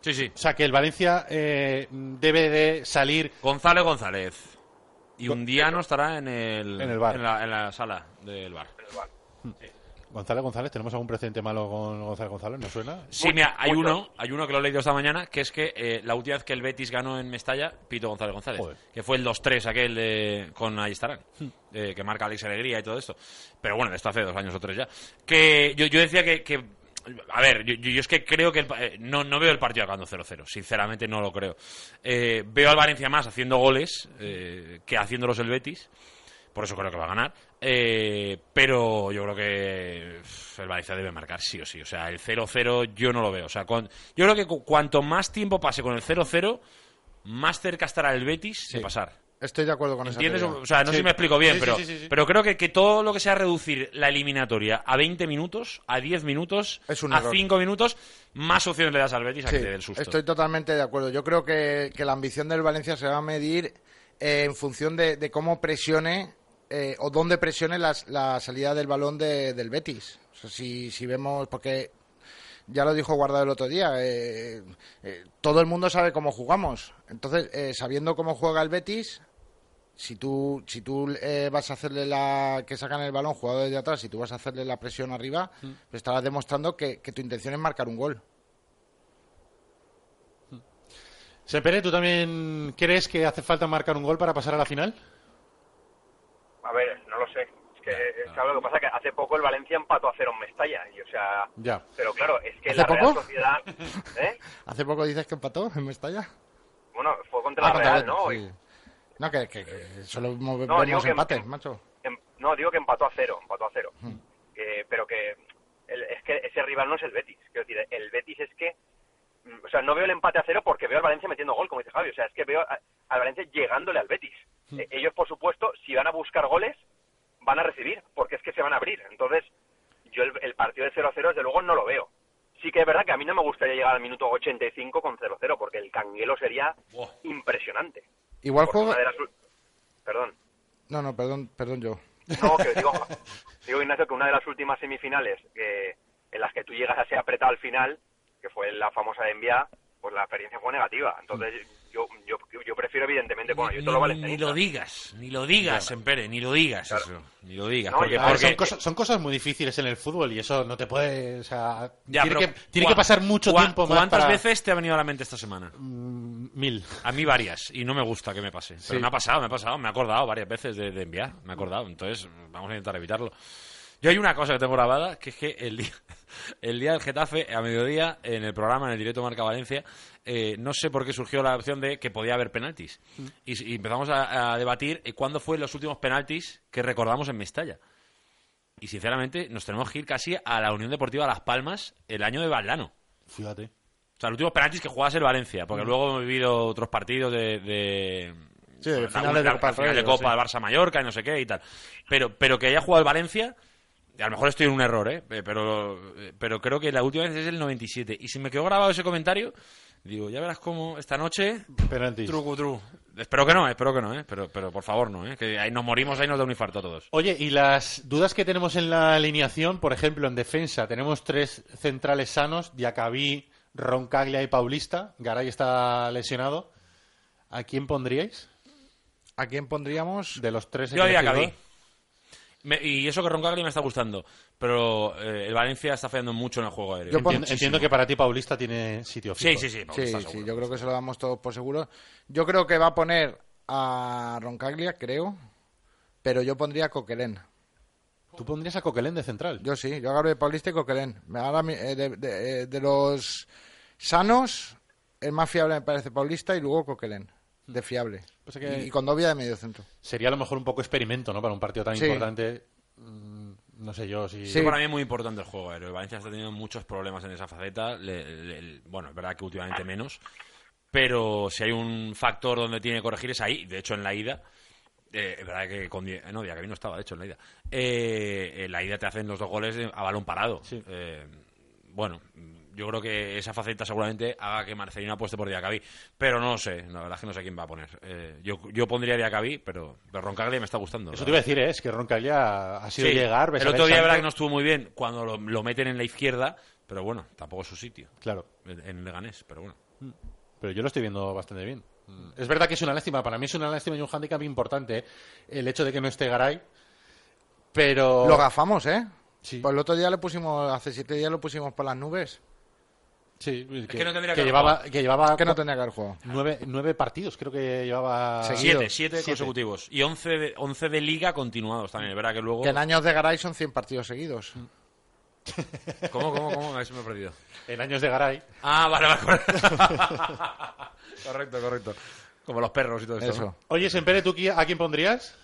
Speaker 3: Sí, sí.
Speaker 1: O sea, que el Valencia eh, debe de salir
Speaker 3: González González. Y
Speaker 5: Pues
Speaker 3: un día no estará en el,
Speaker 1: En el bar.
Speaker 3: la, en la sala del bar.
Speaker 1: González González, ¿tenemos algún precedente malo con González González? ¿No suena?
Speaker 3: Sí, mira, hay uno, hay uno que lo he leído esta mañana, que es que eh, la última vez que el Betis ganó en Mestalla, Pito González González,
Speaker 1: Joder.
Speaker 3: que fue el 2-3 aquel de, con ahí estarán, eh, que marca Alex Alegría y todo esto. Pero bueno, esto hace dos años o tres ya. Que yo, yo decía que, que- a ver, yo, yo- yo es que creo que el pa- eh, no, no veo el partido acabando 0-0, sinceramente no lo creo. Eh, veo al Valencia más haciendo goles eh, que haciéndolos el Betis por eso creo que va a ganar. Eh, pero yo creo que pff, el Valencia debe marcar sí o sí. O sea, el 0-0 yo no lo veo. O sea, cuan- yo creo que cu- cuanto más tiempo pase con el 0-0, más cerca estará el Betis de pasar.
Speaker 2: Estoy de acuerdo con
Speaker 3: ¿Entiendes?
Speaker 2: esa teoría.
Speaker 3: O sea, no sé
Speaker 1: Sí.
Speaker 3: si me explico bien,
Speaker 1: Sí, sí,
Speaker 3: pero,
Speaker 1: sí, sí, sí.
Speaker 3: pero creo que, que todo lo que sea reducir la eliminatoria a 20 minutos, a 10 minutos,
Speaker 2: Es un
Speaker 3: a
Speaker 2: error.
Speaker 3: 5 minutos, más opciones le das al Betis a que
Speaker 2: Sí,
Speaker 3: te dé el susto.
Speaker 2: Estoy totalmente de acuerdo. Yo creo que, que la ambición del Valencia se va a medir eh, en función de, de cómo presione eh, o dónde presione las- la salida del balón de- del Betis. O sea, si, si vemos, porque ya lo dijo Guardado el otro día, eh, eh, todo el mundo sabe cómo jugamos. Entonces, eh, sabiendo cómo juega el Betis, si tú, si tú eh, vas a hacerle la que sacan el balón jugado desde atrás, si tú vas a hacerle la presión arriba,
Speaker 3: Mm.
Speaker 2: pues estarás demostrando que, que tu intención es marcar un gol.
Speaker 1: Sepere, ¿tú también crees que hace falta marcar un gol para pasar a la final?
Speaker 5: A ver, no lo sé. Es que, ¿sabes lo que pasa? Que hace poco el Valencia empató a cero en Mestalla. Y, o sea,
Speaker 1: Ya.
Speaker 5: pero claro, es que
Speaker 2: ¿Hace
Speaker 5: la Real
Speaker 2: poco? *laughs*
Speaker 5: Sociedad. ¿eh?
Speaker 2: Hace poco dices que empató *laughs* en Mestalla.
Speaker 5: Bueno, fue contra la
Speaker 2: contra
Speaker 5: Real,
Speaker 2: Betis,
Speaker 5: ¿no?
Speaker 2: Ah, sí.
Speaker 5: Y-
Speaker 2: No, que, que- que solo mo-
Speaker 5: No, digo
Speaker 2: vemos
Speaker 5: que-
Speaker 2: empates,
Speaker 5: que-
Speaker 2: macho.
Speaker 5: em- no, digo que empató a cero. Empató a cero. Eh, pero que. el- es que ese rival no es el Betis. Quiero decir, el Betis es que. mm, O sea, no veo el empate a cero porque veo al Valencia metiendo gol, como dice Javi. O sea, es que veo a- al Valencia llegándole al Betis. Eh, ellos, por supuesto, si van a buscar goles, van a recibir, porque es que se van a abrir. Entonces, yo el, el partido de 0-0 desde luego no lo veo. Sí que es verdad que a mí no me gustaría llegar al minuto 85 con 0-0, porque el canguelo sería
Speaker 3: Buah.
Speaker 5: impresionante.
Speaker 2: Igual
Speaker 5: Porque
Speaker 2: juega...
Speaker 5: una de las ul- Perdón.
Speaker 2: No, no, perdón, perdón yo.
Speaker 5: No, que digo, *laughs* digo, Ignacio, que una de las últimas semifinales que- en las que tú llegas a ser apretado al final, que fue la famosa de Envía, pues la experiencia fue negativa. Entonces, yo, yo, yo prefiero, evidentemente, bueno, yo
Speaker 3: Ni-
Speaker 5: todo lo
Speaker 3: ni, ni lo
Speaker 5: valencianista.
Speaker 3: digas, ni lo digas, Empere, ni lo digas eso, ni lo digas.
Speaker 5: No,
Speaker 3: porque-
Speaker 5: ya-
Speaker 1: A ver,
Speaker 3: porque-
Speaker 1: son, cosas, son cosas muy difíciles en el fútbol y eso no te puede. O sea,
Speaker 3: Ya,
Speaker 1: tiene, que,
Speaker 3: pero
Speaker 1: tiene
Speaker 3: ¿cuá-
Speaker 1: que pasar mucho
Speaker 3: cuá-
Speaker 1: tiempo más.
Speaker 3: ¿Cuántas
Speaker 1: para-
Speaker 3: veces te ha venido a la mente esta semana?
Speaker 1: Mil.
Speaker 3: A mí varias, y no me gusta que me pase. Pero me ha pasado, me ha pasado, me he acordado varias veces de, de enviar, me he acordado. Entonces, vamos a intentar evitarlo. Yo hay una cosa que tengo grabada, que es que el día, *laughs* el día del Getafe, a mediodía, en el programa, en el directo Marca Valencia, eh, no sé por qué surgió la opción de que podía haber penaltis.
Speaker 1: Mm.
Speaker 3: Y, y empezamos a, a debatir eh, cuándo fue los últimos penaltis que recordamos en Mestalla. Y sinceramente, nos tenemos que ir casi a la Unión Deportiva Las Palmas el año de Valdano.
Speaker 1: Fíjate.
Speaker 3: O sea, los últimos penaltis que jugabas el Valencia,
Speaker 2: Mm.
Speaker 3: porque luego hemos vivido otros partidos de. de
Speaker 2: Sí, de
Speaker 3: la-
Speaker 2: finales
Speaker 3: la-
Speaker 2: de Copa
Speaker 3: la
Speaker 2: del Rey,
Speaker 3: final de
Speaker 2: sí.
Speaker 3: Copa, el Barça Mallorca y no sé qué y tal. Pero, pero que haya jugado el Valencia, a lo mejor estoy en un error, ¿eh? Eh, Pero, eh, pero creo que la última vez es el 97. Y si me quedó grabado ese comentario, digo, ya verás cómo esta noche.
Speaker 1: Penaltis.
Speaker 3: Tru, tru. Espero que no, espero que no, ¿eh? Pero, pero por favor no, ¿eh? Que ahí nos morimos, ahí nos da un infarto a todos.
Speaker 1: Oye, y las dudas que tenemos en la alineación, por ejemplo, en defensa, tenemos tres centrales sanos, Diacabí, Roncaglia y Paulista. Garay está lesionado. ¿A quién pondríais?
Speaker 2: ¿A quién pondríamos?
Speaker 1: De los tres...
Speaker 3: Yo
Speaker 1: en el
Speaker 3: diría que a mí.
Speaker 1: exterior.
Speaker 3: Me- y eso que Roncagli me está gustando, pero eh, el Valencia está fallando mucho en el juego aéreo.
Speaker 2: Yo pon-
Speaker 1: Entiendo, entiendo que para ti Paulista tiene sitio fijo.
Speaker 3: Sí, sí, sí. Paul,
Speaker 2: Sí,
Speaker 3: está
Speaker 2: sí,
Speaker 3: seguro.
Speaker 2: yo creo que se lo damos todos por seguro. Yo creo que va a poner a Roncaglia, creo, pero yo pondría a Coquelén.
Speaker 1: Tú pondrías a Coquelén de central.
Speaker 2: Yo sí, yo agarro de Paulista y Coquelén. Me agarra mi- eh, de, de- eh, de los sanos, el más fiable me parece Paulista y luego Coquelén. de fiable.
Speaker 1: Pues es que-
Speaker 2: Y, y con Dobia de medio centro.
Speaker 1: Sería a lo mejor un poco experimento, ¿no? Para un partido tan
Speaker 2: Sí.
Speaker 1: importante. Mm, No sé yo si.
Speaker 2: Sí.
Speaker 3: Para mí es muy importante el juego aéreo. El Valencia está teniendo muchos problemas en esa faceta. Le- le- le- bueno, es verdad que últimamente menos. Pero si hay un factor donde tiene que corregir es ahí. Die- De hecho, en la ida. eh, es verdad que con. Die- eh, No, Diacabí no estaba, de hecho, en la ida. Eh, en la ida te hacen los dos goles de- a balón parado. Eh, bueno, yo creo que esa faceta seguramente haga que Marcelino apueste por Diacabí. Pero no lo sé. La verdad es que no sé quién va a poner. Eh, yo, yo pondría Diacabí, pero, pero Roncaglia me está gustando.
Speaker 1: Eso
Speaker 3: la
Speaker 1: te iba a decir, ¿eh? es que Roncaglia ha sido
Speaker 3: Sí,
Speaker 1: llegar. besar
Speaker 3: El otro día,
Speaker 1: santo.
Speaker 3: verdad, que no estuvo muy bien cuando lo, lo meten en la izquierda, pero bueno, tampoco es su sitio.
Speaker 1: Claro,
Speaker 3: En en Leganés, pero bueno.
Speaker 1: pero yo lo estoy viendo bastante bien. Mm. Es verdad que es una lástima, para mí es una lástima y un hándicap importante ¿eh? el hecho de que no esté Garay, pero...
Speaker 2: Lo gafamos, ¿eh?
Speaker 1: Sí.
Speaker 2: Pues el otro día le pusimos, hace siete días lo pusimos por las nubes.
Speaker 1: Sí, que,
Speaker 3: que no tendría que haber
Speaker 1: llevaba, que llevaba
Speaker 2: Que no tendría que haber jugado.
Speaker 1: nueve, nueve partidos, creo que llevaba...
Speaker 2: Seguido.
Speaker 3: Siete, siete consecutivos. Y once de, once de liga continuados también. Es verdad que luego...
Speaker 2: Que en años de Garay son 100 partidos seguidos.
Speaker 3: *laughs* Mm. ¿Cómo, cómo, cómo? A ver si me he perdido.
Speaker 1: En años de Garay.
Speaker 3: Ah, vale, vale. correcto. correcto, correcto. Como los perros y todo esto,
Speaker 2: Eso.
Speaker 3: ¿no?
Speaker 1: Oye, Sempere, ¿tú qui- a quién pondrías?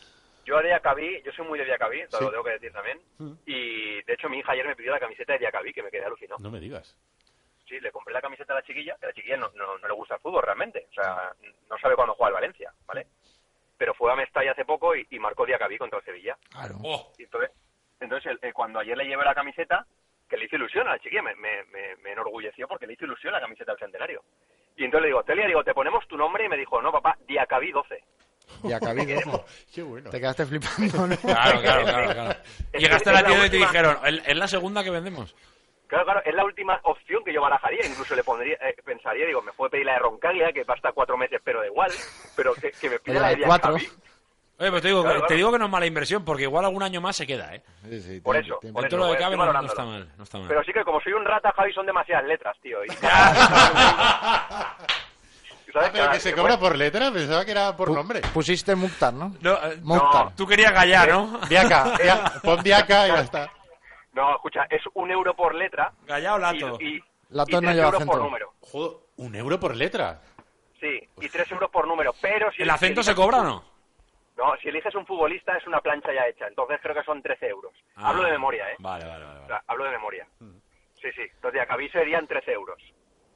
Speaker 5: Yo a Diacabí, yo soy muy de Diacabí, te lo tengo que decir también. Y de hecho mi hija ayer me pidió la camiseta de Diacabí, que me quedé alucinado.
Speaker 1: No me digas.
Speaker 5: Sí, le compré la camiseta a la chiquilla, que a la chiquilla no, no, no le gusta el fútbol realmente, o sea, no sabe cuándo juega el Valencia, ¿vale? Pero fue a Mestalla hace poco y, y marcó Diacabí contra el Sevilla.
Speaker 2: Claro.
Speaker 3: Oh,
Speaker 5: Y entonces, entonces el- eh, cuando ayer le llevé la camiseta, que le hizo ilusión a la chiquilla, me, me, me- me enorgulleció porque le hizo ilusión la camiseta del centenario. Y entonces le digo, Telia, digo, te ponemos tu nombre y me dijo, no, papá, Diacabí 12.
Speaker 2: Y acabé.
Speaker 1: *laughs* Qué bueno.
Speaker 2: Te quedaste *laughs* flipando, ¿no?
Speaker 3: claro, claro, claro. claro. Llegaste a la
Speaker 5: Es la
Speaker 3: tienda y te
Speaker 5: última.
Speaker 3: dijeron, "Es- es la segunda que vendemos.
Speaker 5: Claro, claro, es la última opción que yo barajaría, incluso le pondría, eh, pensaría, digo, me puede pedir la de Roncaglia, que va a estar cuatro meses, pero da igual, pero que, que me pida
Speaker 2: *laughs* La
Speaker 5: la
Speaker 2: de
Speaker 5: de
Speaker 2: cuatro.
Speaker 5: Diacabí.
Speaker 3: Oye, pues te digo,
Speaker 5: Claro,
Speaker 3: te
Speaker 5: claro.
Speaker 3: digo que no es mala inversión, porque igual algún año más se queda, ¿eh?
Speaker 2: Sí, sí, tiempo,
Speaker 5: Por eso,
Speaker 2: tiempo.
Speaker 5: por
Speaker 3: Dentro
Speaker 5: eso,
Speaker 3: de lo que
Speaker 5: estoy
Speaker 3: cabe, no- no
Speaker 5: valorándolo.
Speaker 3: está mal, no está mal.
Speaker 5: Pero sí que como soy un rata, Javi, son demasiadas letras, tío. Y...
Speaker 1: Ah,
Speaker 2: ah,
Speaker 5: ¿Sabes
Speaker 1: pero que se
Speaker 5: que
Speaker 1: cobra
Speaker 5: bueno,
Speaker 1: por letra, pensaba que era por nombre.
Speaker 2: Pusiste Mukhtar, ¿no?
Speaker 3: No, eh,
Speaker 2: Mukhtar.
Speaker 3: Tú querías gallar, ¿no?
Speaker 1: Diaca, dia- pon Diaca y ya está.
Speaker 5: No, escucha, es un euro por letra.
Speaker 3: Gallá o Lato.
Speaker 5: Y, y,
Speaker 2: Lato
Speaker 5: y
Speaker 2: no
Speaker 5: tres
Speaker 2: lleva
Speaker 5: euros
Speaker 2: acento.
Speaker 5: por número.
Speaker 1: Joder, un euro por letra.
Speaker 5: Sí, y tres euros por número. Pero si
Speaker 3: ¿El acento
Speaker 5: si
Speaker 3: se
Speaker 5: eliges-
Speaker 3: cobra o no?
Speaker 5: No, si eliges un futbolista es una plancha ya hecha. Entonces creo que son 13 euros.
Speaker 3: Ah,
Speaker 5: Hablo de memoria, ¿eh?
Speaker 3: Vale, Hmm. vale, vale.
Speaker 5: O
Speaker 3: vale.
Speaker 5: sea, hablo de memoria. Sí, sí. Entonces de Acabí serían 13 euros.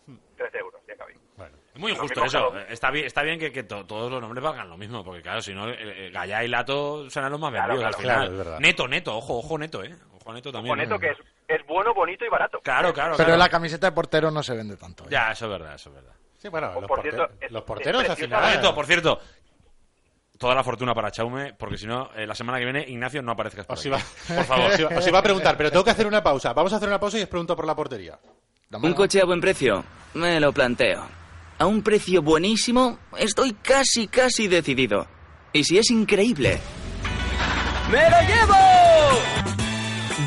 Speaker 3: Hmm.
Speaker 5: 13 euros de Acabí.
Speaker 1: Bueno,
Speaker 3: Es muy injusto
Speaker 5: Lo mismo
Speaker 3: eso.
Speaker 5: que
Speaker 3: Eh, Está bien, está bien que, que to- todos los nombres valgan lo mismo, porque claro, si no, eh, eh, Gallá y Lato serán los más
Speaker 5: Claro,
Speaker 3: vendidos
Speaker 5: claro,
Speaker 3: al
Speaker 1: claro, es
Speaker 3: final.
Speaker 1: verdad.
Speaker 3: neto, neto, ojo, ojo, neto, ¿eh? Ojo, neto también.
Speaker 5: Con esto
Speaker 3: eh.
Speaker 5: que es, es bueno, bonito y barato.
Speaker 3: Claro, claro.
Speaker 2: Pero
Speaker 3: claro.
Speaker 2: la camiseta de portero no se vende tanto. ¿eh?
Speaker 3: Ya, eso es verdad, eso es verdad.
Speaker 1: sí, bueno,
Speaker 5: Oh,
Speaker 1: los,
Speaker 5: por cierto,
Speaker 1: porter-
Speaker 5: es-
Speaker 1: los porteros
Speaker 5: es
Speaker 1: al
Speaker 5: preciosa
Speaker 3: Por
Speaker 1: final.
Speaker 3: cierto, por cierto, toda la fortuna para Chaume, porque si no, eh, la semana que viene Ignacio no aparezca.
Speaker 1: Os iba, *laughs*
Speaker 3: Por favor.
Speaker 1: os iba- os iba a preguntar, pero tengo que hacer una pausa. Vamos a hacer una pausa y os pregunto por la portería.
Speaker 6: ¿Un coche a buen precio? Me lo planteo. ¿A un precio buenísimo? Estoy casi, casi decidido. ¿Y si es increíble? ¡Me lo llevo!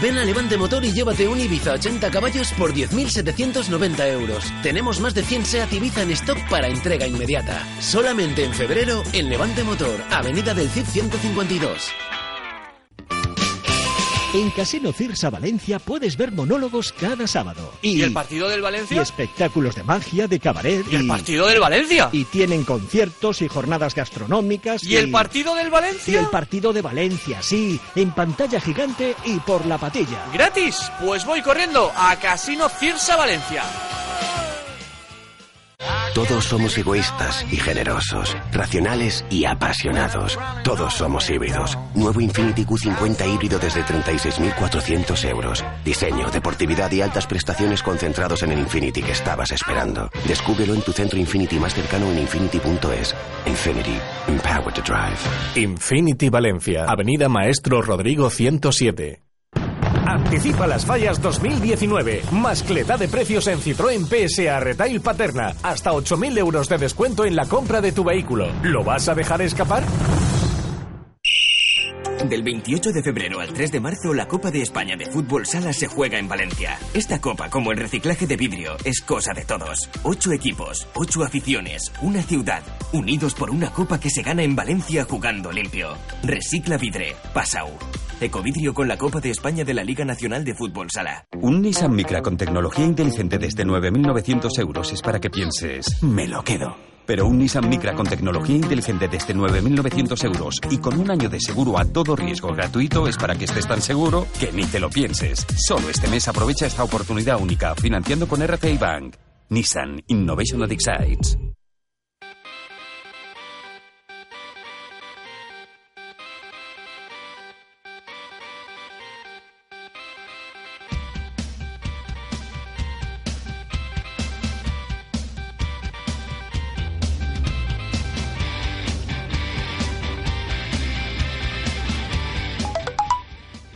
Speaker 7: Ven a Levante Motor y llévate un Ibiza 80 caballos por 10.790 euros. Tenemos más de 100 SEAT Ibiza en stock para entrega inmediata. Solamente en febrero en Levante Motor, Avenida del Cid 152.
Speaker 8: En Casino Cirsa Valencia puedes ver monólogos cada sábado. Y,
Speaker 6: partido del
Speaker 8: y
Speaker 6: Valencia?
Speaker 8: espectáculos de magia, de cabaret. Y,
Speaker 6: del Valencia?
Speaker 8: y tienen conciertos y jornadas gastronómicas.
Speaker 6: partido del
Speaker 8: y
Speaker 6: Valencia?
Speaker 8: el partido de Valencia, sí, en pantalla gigante y por la patilla.
Speaker 6: ¡Gratis! Pues voy corriendo a Casino Cirsa Valencia.
Speaker 9: Todos somos egoístas y generosos, racionales y apasionados. Todos somos híbridos. Nuevo Infinity Q50 híbrido desde 36.400 euros. Diseño, deportividad y altas prestaciones concentrados en el Infinity que estabas esperando. Descúbrelo en tu centro Infinity más cercano en infinity.es. Infinity, empower to drive.
Speaker 10: Infinity Valencia, Avenida Maestro Rodrigo 107. Anticipa las fallas 2019. Mascleta de precios en Citroën PSA Retail Paterna. Hasta 8.000 euros de descuento en la compra de tu vehículo. ¿Lo vas a dejar escapar?
Speaker 6: Del 28 de febrero al 3 de marzo, la Copa de España de Fútbol Sala se juega en Valencia. Esta copa, como el reciclaje de vidrio, es cosa de todos. Ocho equipos, ocho aficiones, una ciudad, unidos por una copa que se gana en Valencia jugando limpio. Recicla Vidre, Pasau. Ecovidrio con la Copa de España de la Liga Nacional de Fútbol Sala.
Speaker 9: Un Nissan Micra con tecnología inteligente desde 9.900 euros es para que pienses, me lo quedo.
Speaker 11: Pero un Nissan Micra con tecnología inteligente desde 9.900 euros y con un año de seguro a todo riesgo gratuito es para que estés tan seguro que ni te lo pienses. Solo este mes aprovecha esta oportunidad única financiando con RCI Bank. Nissan Innovation that Excites.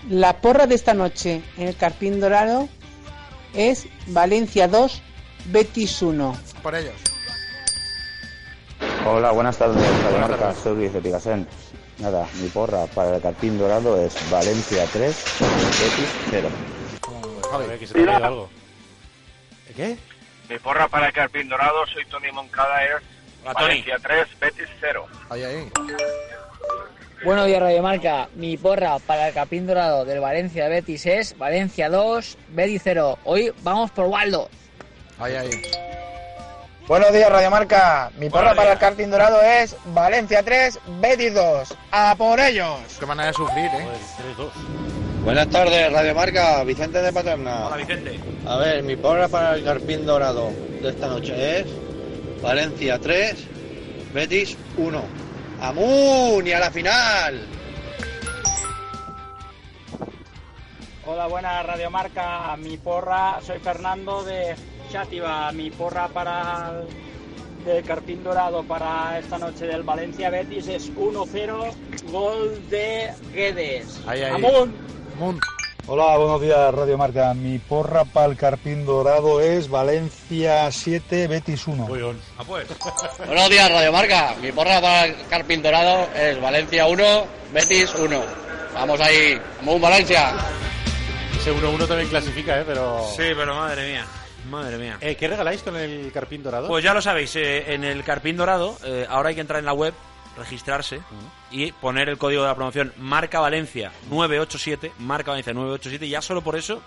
Speaker 12: La porra de esta noche en el Carpín Dorado es Valencia 2, Betis 1.
Speaker 2: ¿eh? Por ellos.
Speaker 13: Hola, buenas tardes, Radiomarca, soy Luis de Pigasén. Nada, mi porra para el cartín dorado es Valencia 3, Betis 0.
Speaker 1: A ver, que se te ha ido algo. ¿Qué?
Speaker 5: Mi porra para el Carpín Dorado, soy Tony Moncada, es
Speaker 1: Tony.
Speaker 5: Valencia 3, Betis 0.
Speaker 2: Ahí, ahí.
Speaker 14: Buenos días, Radio Marca. Mi porra para el Capín Dorado del Valencia Betis es Valencia 2, Betis 0. Hoy vamos por Waldo.
Speaker 2: Ahí, ahí.
Speaker 15: Buenos días, Radio Marca. Mi porra
Speaker 2: Buenos
Speaker 15: para el karting dorado es Valencia 3, Betis 2. ¡A por ellos!
Speaker 2: Qué manera de sufrir, ¿eh?
Speaker 16: Buenas tardes, Radio Marca, Vicente de Paterna.
Speaker 3: Hola, Vicente.
Speaker 16: A ver, mi porra para el Carpín Dorado de esta noche es Valencia 3, Betis 1. ¡Amun! ¡Y a la final!
Speaker 17: Hola, buenas Radiomarca. Mi porra, soy Fernando de Chátiva. Mi porra para el del Carpín Dorado para esta noche del Valencia Betis es 1-0, gol de Guedes. ¡Amun!
Speaker 18: Hola, buenos días, Radio Marca. Mi porra para el Carpín Dorado es Valencia 7, Betis 1.
Speaker 1: Ah,
Speaker 19: *laughs*
Speaker 1: pues.
Speaker 19: Buenos días, Radio Marca. Mi porra para el Carpín Dorado es Valencia 1, Betis 1. Vamos ahí, vamos Valencia.
Speaker 1: Ese 1-1 también clasifica, ¿eh? Pero...
Speaker 3: Sí, pero madre mía. Madre mía.
Speaker 1: Eh, ¿Qué regaláis con el carpín dorado?
Speaker 3: Pues ya lo sabéis, eh, en el Carpín Dorado eh, ahora hay que entrar en la web, registrarse y poner el código de la promoción Marca Valencia 987, Marca Valencia 987, y ya solo por eso,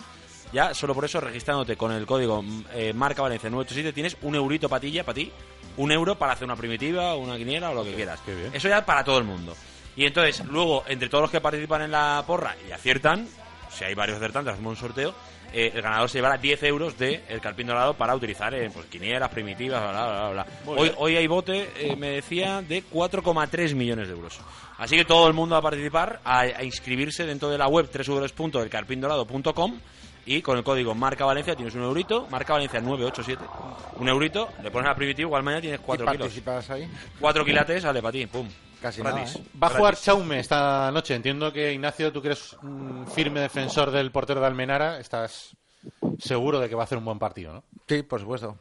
Speaker 3: ya solo por eso registrándote con el código mm, eh, Marca Valencia 987 tienes un eurito patilla para ti, un euro para hacer una primitiva, una quiniela o lo que quieras. Eso ya para todo el mundo. Y entonces, luego, entre todos los que participan en la porra y aciertan, si hay varios acertantes, hacemos un sorteo. eh, el ganador se llevará 10 euros de el carpín dorado para utilizar en pues, quinielas, primitivas, bla, bla, bla. bla.
Speaker 1: Muy
Speaker 3: Hoy,
Speaker 1: bien.
Speaker 3: hoy hay bote, eh, me decía, de 4,3 millones de euros. Así que todo el mundo va a participar, a, a inscribirse dentro de la web www.elcarpindorado.com y con el código Marca Valencia tienes un eurito, Marca Valencia 987, un eurito, le pones a la primitiva, igual mañana tienes 4 kilos.
Speaker 2: participas ahí?
Speaker 3: 4 quilates, sale para ti, pum. Casi gratis.
Speaker 1: ¿eh? Va a
Speaker 3: Gratis.
Speaker 1: jugar Chaume esta noche. Entiendo que, Ignacio, tú que eres un firme defensor del portero de Almenara, estás seguro de que va a hacer un buen partido, ¿no?
Speaker 2: Sí, por supuesto.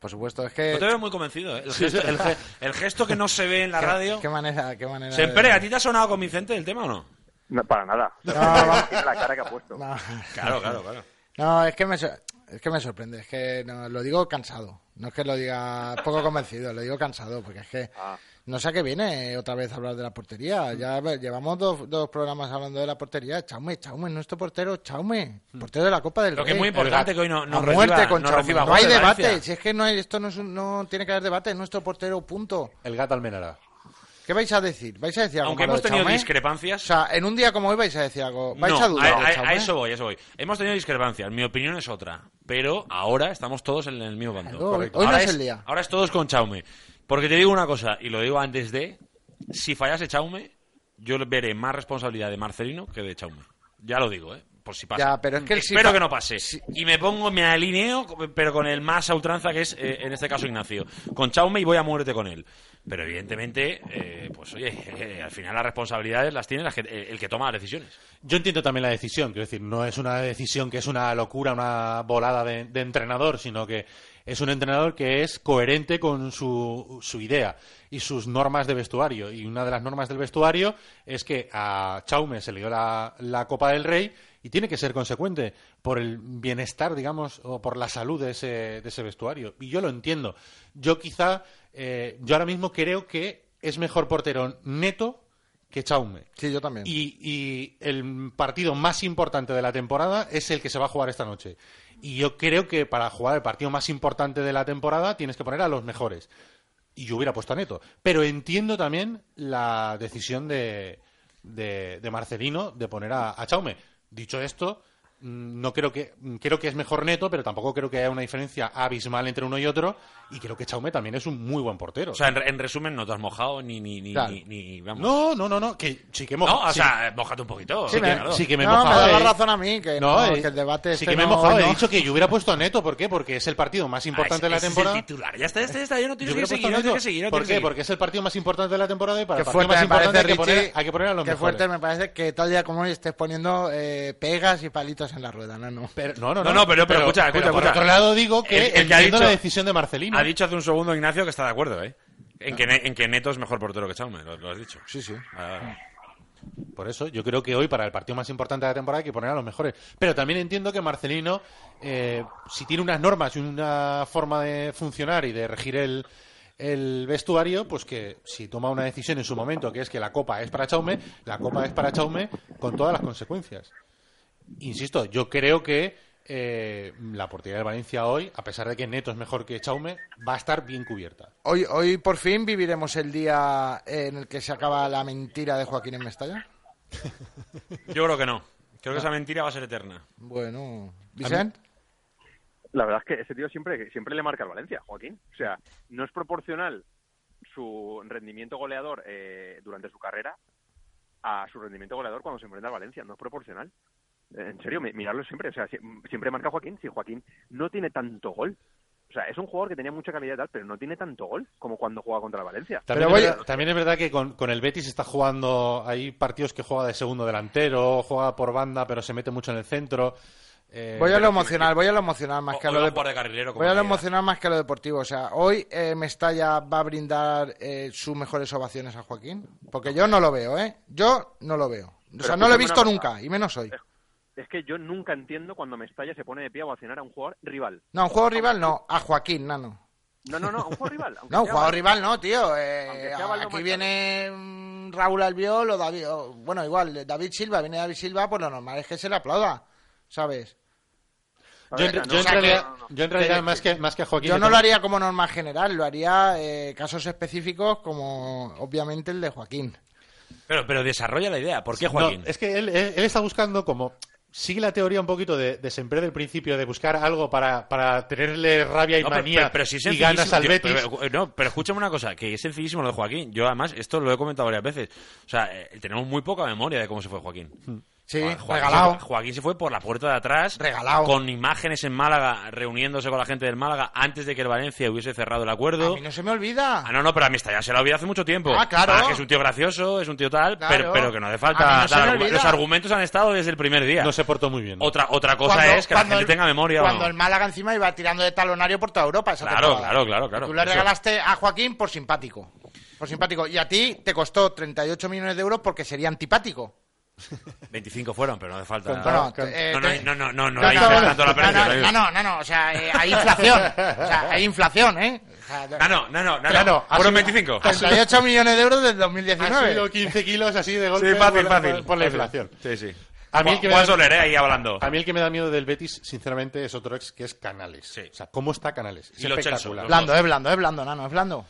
Speaker 2: Por supuesto, es que...
Speaker 3: No te veo muy convencido, ¿eh? El
Speaker 2: Sí,
Speaker 3: gesto,
Speaker 2: sí.
Speaker 3: el ge- el gesto que no se ve en la
Speaker 2: Qué-
Speaker 3: radio.
Speaker 2: Qué manera, qué manera.
Speaker 3: Sempere,
Speaker 2: de-
Speaker 3: ¿a ti te ha sonado con Vicente el tema o no?
Speaker 20: No, para nada. la cara que ha puesto.
Speaker 3: Claro, claro, claro.
Speaker 2: No, es que me, sor- es que me sorprende. Es que no, lo digo cansado. No es que lo diga poco convencido, lo digo cansado, porque es que no sé a qué viene otra vez hablar de la portería. Ya ve- llevamos dos, dos programas hablando de la portería. Chaume, Chaume, nuestro portero, Chaume. Portero de la Copa del
Speaker 3: Lo que
Speaker 2: Rey.
Speaker 3: es muy importante que hoy no- no
Speaker 2: A
Speaker 3: reciba-
Speaker 2: muerte con
Speaker 3: no
Speaker 2: Chaume.
Speaker 3: reciba
Speaker 2: No hay
Speaker 3: gol de
Speaker 2: debate.
Speaker 3: Valencia.
Speaker 2: Si es que no hay, esto no, es un- no tiene que haber debate, es nuestro portero, punto.
Speaker 1: El gato Almenara.
Speaker 2: ¿Qué vais a decir? ¿Vais a decir algo
Speaker 3: Aunque
Speaker 2: malo
Speaker 3: hemos
Speaker 2: de
Speaker 3: tenido
Speaker 2: Chaume?
Speaker 3: discrepancias.
Speaker 2: O sea, en un día como hoy vais a decir algo. ¿Vais
Speaker 3: No,
Speaker 2: a dudar? ¿eh?
Speaker 3: a-
Speaker 2: de
Speaker 3: a-
Speaker 2: Chaume?
Speaker 3: a eso voy, a eso voy. Hemos tenido discrepancias, mi opinión es otra. Pero ahora estamos todos en el mismo bando.
Speaker 2: Claro, hoy- hoy no
Speaker 3: ahora
Speaker 2: es el día.
Speaker 3: Ahora es todos con Chaume. Porque te digo una cosa, y lo digo antes de... Si fallase Chaume, yo le veré más responsabilidad de Marcelino que de Chaume. Ya lo digo, ¿eh? Por si pasa.
Speaker 2: Ya, pero es que el si
Speaker 3: Espero
Speaker 2: fa-
Speaker 3: que no pase. Y me pongo, me alineo, pero con el más a ultranza que es, eh, en este caso, Ignacio. Con Chaume y voy a muerte con él. Pero evidentemente, eh, pues oye, *laughs* al final las responsabilidades las tiene la gente- eh, el que toma las decisiones.
Speaker 1: Yo entiendo también la decisión, quiero decir, no es una decisión que es una locura, una volada de, de entrenador, sino que es un entrenador que es coherente con su, su idea y sus normas de vestuario. Y una de las normas del vestuario es que a Chaume se le dio la, la Copa del Rey y tiene que ser consecuente por el bienestar, digamos, o por la salud de ese, de ese vestuario. Y yo lo entiendo. Yo quizá, eh, yo ahora mismo creo que es mejor portero neto que Chaume.
Speaker 2: Sí, yo también.
Speaker 1: Y, y el partido más importante de la temporada es el que se va a jugar esta noche. Y yo creo que para jugar el partido más importante de la temporada tienes que poner a los mejores. y yo hubiera puesto a Neto. Pero entiendo también la decisión de, de, de Marcelino de poner a, a Chaume. Dicho esto, mm, no creo que mm, creo que es mejor Neto, pero tampoco creo que haya una diferencia abismal entre uno y otro. Y creo que Chaume también es un muy buen portero.
Speaker 3: O sea, en, re- en resumen, no te has mojado ni. ni, ni,
Speaker 1: Claro.
Speaker 3: ni- ni- vamos.
Speaker 1: no, no, no, no, que sí que moja.
Speaker 3: No, o
Speaker 1: sí.
Speaker 3: sea, eh, mójate un poquito.
Speaker 1: Sí, me-
Speaker 3: claro.
Speaker 1: sí que me he
Speaker 2: No, me
Speaker 1: mojado.
Speaker 2: da la
Speaker 1: eh.
Speaker 2: razón a mí, que no,
Speaker 1: eh,
Speaker 2: que el debate
Speaker 1: Sí
Speaker 2: este
Speaker 1: que me he
Speaker 2: no-
Speaker 1: mojado. He
Speaker 2: no.
Speaker 1: dicho que yo hubiera puesto a Neto. ¿Por qué? Porque es el partido más importante
Speaker 3: Ah, ese-
Speaker 1: de
Speaker 3: ese
Speaker 1: la
Speaker 3: es
Speaker 1: temporada.
Speaker 3: el titular. Ya está, ya está, ya está. Ya no tienes
Speaker 1: Yo
Speaker 3: que
Speaker 1: hubiera
Speaker 3: seguir,
Speaker 1: puesto
Speaker 3: no
Speaker 1: a
Speaker 3: tienes
Speaker 1: Neto.
Speaker 3: que seguir. no
Speaker 1: ¿Por
Speaker 3: tienes
Speaker 1: qué?
Speaker 3: que seguir.
Speaker 1: Porque es el partido más importante de la temporada y para
Speaker 2: Qué
Speaker 1: el partido
Speaker 2: fuerte
Speaker 1: más
Speaker 2: me parece,
Speaker 1: importante hay que poner-
Speaker 2: Richie.
Speaker 1: hay que poner a los
Speaker 2: Qué
Speaker 1: mejores.
Speaker 2: fuerte me parece que tal día como hoy estés poniendo eh, pegas y palitos en la rueda, no, no.
Speaker 1: Pero, no, no,
Speaker 3: No, no, pero, pero, escucha, escucha,
Speaker 1: por
Speaker 3: escucha.
Speaker 1: otro lado digo que
Speaker 3: El- el que ha
Speaker 1: entiendo
Speaker 3: dicho-
Speaker 1: la decisión de Marcelino.
Speaker 3: Ha dicho hace un segundo Ignacio que está de acuerdo, ¿eh? En que, Ne- en que Neto es mejor portero que Chaume, lo, lo has dicho. Ah,
Speaker 2: Sí, sí.
Speaker 1: Por eso yo creo que hoy para el partido más importante de la temporada hay que poner a los mejores. Pero también entiendo que Marcelino, eh, si tiene unas normas y una forma de funcionar y de regir el, el vestuario, pues que si toma una decisión en su momento, que es que la copa es para Chaume, la copa es para Chaume con todas las consecuencias. Insisto, yo creo que eh, la portería de Valencia hoy, a pesar de que Neto es mejor que Chaume, va a estar bien cubierta.
Speaker 2: Hoy, hoy por fin viviremos el día en el que se acaba la mentira de Joaquín en Mestalla.
Speaker 3: Yo creo que no. Creo que esa mentira va a ser eterna.
Speaker 2: Bueno, Vicent,
Speaker 20: La verdad es que ese tío siempre, siempre le marca al Valencia, Joaquín. O sea, no es proporcional su rendimiento goleador eh, durante su carrera a su rendimiento goleador cuando se enfrenta al Valencia. No es proporcional. Eh, En serio, mi- mirarlo siempre. O sea, si- siempre marca Joaquín. Si Joaquín no tiene tanto gol. O sea, es un jugador que tenía mucha calidad y tal, pero no tiene tanto gol como cuando juega contra el Valencia.
Speaker 1: También, es, verdad, también es verdad que con, con el Betis está jugando, hay partidos que juega de segundo delantero, juega por banda, pero se mete mucho en el centro. Eh,
Speaker 2: voy a lo emocional, voy a lo emocional más
Speaker 3: O-
Speaker 2: que a
Speaker 3: o
Speaker 2: lo
Speaker 3: lo
Speaker 2: de-
Speaker 3: por de carrilero, como
Speaker 2: Voy a lo
Speaker 3: diga.
Speaker 2: emocional más que a lo deportivo. O sea, hoy eh, Mestalla va a brindar eh, sus mejores ovaciones a Joaquín. Porque yo no lo veo, ¿eh? Yo no lo veo. O
Speaker 20: Pero
Speaker 2: sea, no lo
Speaker 20: escúchame
Speaker 2: he visto
Speaker 20: una
Speaker 2: nunca,
Speaker 20: cosa.
Speaker 2: y menos hoy.
Speaker 20: Es que yo nunca entiendo cuando Mestalla se pone de pie a vacinar a un jugador rival.
Speaker 2: No, un juego rival no, a Joaquín, nano.
Speaker 20: No, no, no, a un jugador rival. aunque
Speaker 2: No, un
Speaker 20: sea
Speaker 2: jugador
Speaker 20: Valencia.
Speaker 2: rival no, tío. Eh,
Speaker 20: Aunque sea Baldo
Speaker 2: aquí viene mm, Raúl Albiol o David. o, bueno, igual, eh, David Silva. Viene David Silva, pues lo normal es que se le aplauda, ¿sabes?
Speaker 1: Yo, en- yo en realidad, yo en realidad más, que, más que a Joaquín.
Speaker 2: Yo
Speaker 1: le
Speaker 2: no
Speaker 1: tengo-
Speaker 2: lo haría como norma general, lo haría eh, casos específicos como obviamente el de Joaquín.
Speaker 3: Pero, pero desarrolla la idea. ¿Por qué,
Speaker 1: No,
Speaker 3: Joaquín?
Speaker 1: es que él, él- él está buscando como. Sigue la teoría un poquito de, de siempre del principio, de buscar algo para, para tenerle rabia y
Speaker 3: No, pero-
Speaker 1: manía
Speaker 3: pero- pero si es
Speaker 1: y ganas
Speaker 3: sencillísimo,
Speaker 1: al
Speaker 3: tío,
Speaker 1: Betis.
Speaker 3: pero- no, pero escúchame una cosa, que es sencillísimo lo de Joaquín. Yo además, esto lo he comentado varias veces. O sea, eh, tenemos muy poca memoria de cómo se fue Joaquín.
Speaker 2: Sí,
Speaker 3: Joa-
Speaker 2: regalado.
Speaker 3: Se fue, Joaquín se fue por la puerta de atrás.
Speaker 2: Regalado.
Speaker 3: Con imágenes en Málaga, reuniéndose con la gente del Málaga antes de que el Valencia hubiese cerrado el
Speaker 2: A
Speaker 3: acuerdo.
Speaker 2: mí no se me olvida.
Speaker 3: Ah, no, no, pero a mí está ya se la olvidó hace mucho tiempo.
Speaker 2: Ah, claro.
Speaker 3: que es un tío gracioso, es un tío tal,
Speaker 2: Claro.
Speaker 3: pero, pero que no hace
Speaker 2: A mí
Speaker 3: falta.
Speaker 2: no se
Speaker 3: dar
Speaker 2: me
Speaker 3: argu-
Speaker 2: olvida.
Speaker 3: los argumentos han estado desde el primer día.
Speaker 1: No se portó muy bien.
Speaker 3: Otra, otra cosa
Speaker 2: Cuando-
Speaker 3: es que la
Speaker 2: cuando
Speaker 3: gente
Speaker 2: el-
Speaker 3: tenga memoria.
Speaker 2: Cuando
Speaker 3: vamos.
Speaker 2: el Málaga encima iba tirando de talonario por toda Europa esa
Speaker 3: Claro,
Speaker 2: temporada.
Speaker 3: claro, claro, claro.
Speaker 2: Tú le
Speaker 3: Eso.
Speaker 2: regalaste a Joaquín por simpático. Por simpático. Y a ti te costó 38 millones de euros porque sería antipático.
Speaker 3: 25 fueron, pero no hace falta.
Speaker 2: Bueno, eh,
Speaker 3: no, no,
Speaker 2: te-
Speaker 3: no, no, no, no,
Speaker 2: No,
Speaker 3: hay
Speaker 2: no,
Speaker 3: tanto la
Speaker 2: no, no,
Speaker 3: pérdida,
Speaker 2: no, no, no, no, o sea, eh, hay inflación. O sea, hay inflación, ¿eh? O sea,
Speaker 3: no, no, no, no, no,
Speaker 2: Ya no, ha
Speaker 3: fueron
Speaker 2: sido-
Speaker 3: 25.
Speaker 2: 38 millones de euros del
Speaker 1: Ha
Speaker 2: 2019.
Speaker 1: sido 15 kilos así de golpe
Speaker 3: Sí, fácil,
Speaker 1: por,
Speaker 3: fácil.
Speaker 1: por- por la inflación.
Speaker 3: Sí, sí.
Speaker 1: A mí el que me
Speaker 3: Juan
Speaker 1: da-
Speaker 3: Soler, eh, ahí hablando.
Speaker 1: A mí el que me da miedo del Betis, sinceramente, es otro ex que es Canales. O sea, ¿cómo está Canales? Es
Speaker 3: Y lo Chelsea,
Speaker 1: espectacular.
Speaker 3: los
Speaker 2: Blando, es blando, es blando, eh, nano, es blando.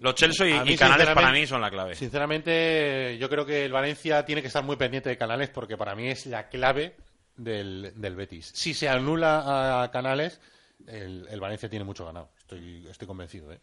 Speaker 3: Los Chelsea y,
Speaker 1: A mí,
Speaker 3: y Canales para
Speaker 1: sinceramente-
Speaker 3: mí son la clave.
Speaker 1: Sinceramente, yo creo que el Valencia tiene que estar muy pendiente de Canales porque para mí es la clave del, del Betis. Si se anula a Canales, el, el Valencia tiene mucho ganado. Estoy, estoy convencido. ¿eh?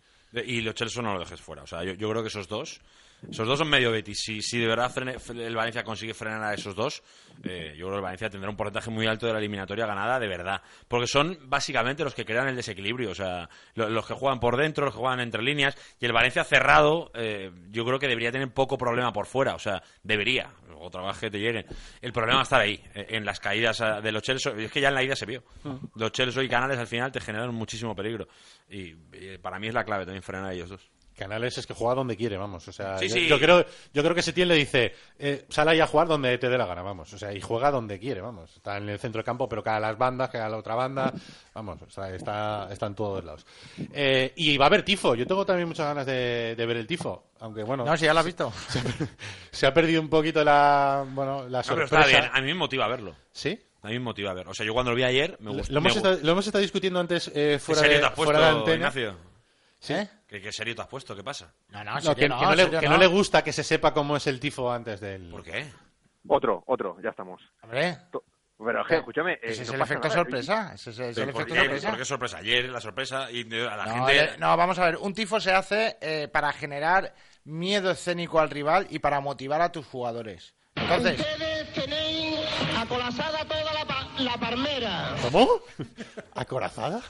Speaker 3: Y los Chelsea no lo dejes fuera. O sea, yo, yo creo que esos dos, esos dos son medio Betis. Si, si de verdad frene- el Valencia consigue frenar a esos dos, eh, yo creo que el Valencia tendrá un porcentaje muy alto de la eliminatoria ganada, de verdad. Porque son básicamente los que crean el desequilibrio. O sea, lo- los que juegan por dentro, los que juegan entre líneas. Y el Valencia cerrado, eh, yo creo que debería tener poco problema por fuera. O sea, debería. O trabaje te lleguen. El problema está ahí, eh, en las caídas ah, de los Chelsea. Y Es que ya en la ida se vio.
Speaker 2: Mm.
Speaker 1: Ujú.
Speaker 3: Los Chelsea y Canales al final te generaron muchísimo peligro. Y, eh, para mí es la clave también frenar a ellos dos.
Speaker 1: Canales es que juega donde quiere, vamos. O sea,
Speaker 3: Sí,
Speaker 1: yo,
Speaker 3: sí.
Speaker 1: yo creo, yo creo que Setién le dice, eh, sal ahí a jugar donde te dé la gana, vamos. O sea, y juega donde quiere, vamos. Está en el centro del campo, pero cae a las bandas, cae a la otra banda, vamos. O sea, está, está en todos lados. Eh, y va a haber tifo. Yo tengo también muchas ganas de, de ver el tifo, aunque bueno.
Speaker 2: No, si ya lo has visto.
Speaker 1: *laughs* se ha perdido un poquito la bueno la
Speaker 3: No, pero
Speaker 1: sorpresa
Speaker 3: está bien, a mí me motiva verlo.
Speaker 1: ¿Sí?
Speaker 3: A mí me motiva verlo. O sea, yo cuando lo vi ayer me
Speaker 1: Lo-
Speaker 3: gustó.
Speaker 1: lo, hemos estado, lo hemos estado discutiendo antes eh, fuera,
Speaker 3: serio
Speaker 1: de,
Speaker 3: te has
Speaker 1: fuera
Speaker 3: puesto,
Speaker 1: de antena
Speaker 3: Ignacio?
Speaker 1: ¿Sí?
Speaker 3: ¿Qué, qué serio te has puesto? ¿Qué pasa?
Speaker 2: ¿Eh? no,
Speaker 1: No, que, que no le, que no le gusta que se sepa cómo es el tifo antes del.
Speaker 3: ¿Por qué?
Speaker 5: Otro, otro, ya estamos.
Speaker 1: Eh,
Speaker 2: Hombre.
Speaker 5: Pero es que, escúchame. eh,
Speaker 2: Ese es
Speaker 5: no
Speaker 2: el
Speaker 5: pasa
Speaker 2: efecto
Speaker 5: nada.
Speaker 2: sorpresa. Ese es el,
Speaker 3: Pero
Speaker 2: el
Speaker 3: ¿por,
Speaker 1: eh,
Speaker 2: efecto
Speaker 3: qué?
Speaker 2: sorpresa.
Speaker 3: ¿Por qué sorpresa? Ayer la sorpresa y eh, a la
Speaker 2: No,
Speaker 3: gente...
Speaker 2: le- no, vamos a ver. Un tifo se hace eh, para generar miedo escénico al rival y para motivar a tus jugadores. Entonces,
Speaker 21: Ustedes tenéis acolazada toda la, pa- la palmera.
Speaker 2: ¿Cómo? *laughs* ¿Acorazada?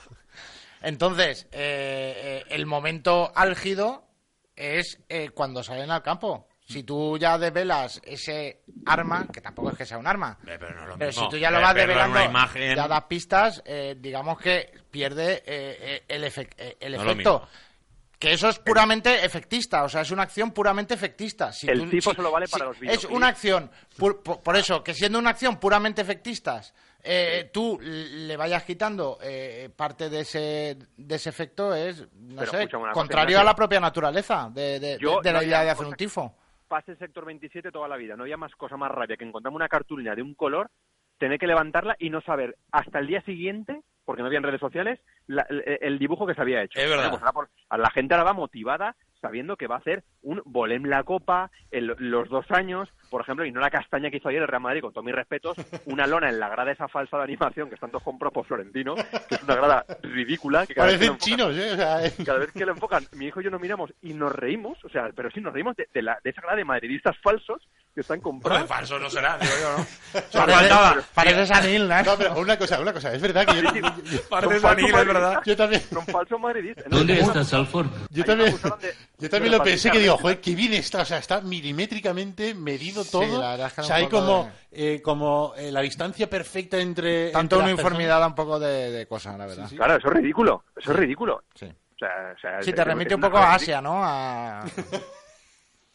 Speaker 2: Entonces, eh, eh, el momento álgido es eh, cuando salen al campo. Si tú ya desvelas ese arma, que tampoco es que sea un arma,
Speaker 3: Eh, pero no es lo
Speaker 2: pero
Speaker 3: mismo.
Speaker 2: si tú ya lo
Speaker 3: Eh,
Speaker 2: vas
Speaker 3: verlo en
Speaker 2: develando,
Speaker 3: una imagen...
Speaker 2: ya das pistas, eh, digamos que pierde eh, eh, el, efec- eh, el
Speaker 3: No es lo
Speaker 2: efecto.
Speaker 3: mismo.
Speaker 2: Que eso es puramente efectista, o sea, es una acción puramente efectista. Si
Speaker 5: El
Speaker 2: tú-
Speaker 5: tipo
Speaker 2: si-
Speaker 5: solo vale para
Speaker 2: si
Speaker 5: los
Speaker 2: Es
Speaker 5: videoclips.
Speaker 2: una acción, pur- por, por eso, que siendo una acción puramente efectista, eh, tú le vayas quitando eh, parte de ese, de ese efecto, es, no
Speaker 5: Pero
Speaker 2: sé,
Speaker 5: escúchame una cosa,
Speaker 2: contrario
Speaker 5: Ignacio.
Speaker 2: a la propia naturaleza de, de-
Speaker 5: Yo
Speaker 2: de
Speaker 5: no
Speaker 2: la idea
Speaker 5: había
Speaker 2: de hacer un
Speaker 5: cosa-
Speaker 2: tifo.
Speaker 5: Pase sector 27 toda la vida. No había más cosa más rabia que encontrarme una cartulina de un color, tener que levantarla y no saber hasta el día siguiente, porque no había en redes sociales, la- el, el dibujo que se había hecho.
Speaker 3: Es verdad.
Speaker 5: Bueno, pues ahora por- a la gente ahora va motivada sabiendo que va a hacer un volem la copa el- los dos años, por ejemplo, y no la castaña que hizo ayer el Real Madrid, con todos mis respetos, una lona en la grada esa falsa de animación que están todos comprados por Florentino, que es una grada ridícula. Que cada vez que lo
Speaker 1: Parecen
Speaker 5: enfocan-
Speaker 1: chinos, ¿eh? O
Speaker 2: *laughs*
Speaker 1: sea, eh.
Speaker 5: cada vez que lo enfocan, mi hijo y yo nos miramos y nos reímos, o sea, pero sí nos reímos de, de la, de esa grada de madridistas falsos que están
Speaker 3: Hombre,
Speaker 5: comprados.
Speaker 3: falso no será, digo yo, ¿no?
Speaker 5: Parece-
Speaker 2: Pareces anil, ¿no?
Speaker 1: No, pero una cosa, una cosa. Es verdad
Speaker 2: *laughs*
Speaker 1: que yo. yo- yo-
Speaker 3: *laughs* Parece
Speaker 1: son falsos
Speaker 3: vanilla, es verdad.
Speaker 1: madridistas. Yo también.
Speaker 5: Son falsos madridistas.
Speaker 1: ¿Dónde
Speaker 5: Entonces,
Speaker 1: está
Speaker 9: Salford?
Speaker 1: Yo
Speaker 5: Ahí
Speaker 1: también,
Speaker 5: me acusaron de-
Speaker 1: yo también
Speaker 5: de
Speaker 1: lo pensé que
Speaker 5: fabricar
Speaker 1: digo,
Speaker 5: leche.
Speaker 1: joder, qué bien está, o sea, está milimétricamente medido
Speaker 2: Sí,
Speaker 1: todo.
Speaker 2: la verdad es que
Speaker 1: o
Speaker 2: era
Speaker 1: sea,
Speaker 2: un
Speaker 1: hay
Speaker 2: poco
Speaker 1: como, eh, como eh, la distancia perfecta entre. entre
Speaker 2: Tanto una
Speaker 1: las personas.
Speaker 2: uniformidad da un poco de, de cosa, la verdad.
Speaker 5: Claro, eso es ridículo, eso es ridículo.
Speaker 2: Sí.
Speaker 5: O sea, o sea,
Speaker 2: Sí,
Speaker 5: es-
Speaker 2: te
Speaker 5: es-
Speaker 2: remite
Speaker 5: es
Speaker 2: un
Speaker 5: una
Speaker 2: poco a
Speaker 5: cosa
Speaker 2: Asia, ¿no? A-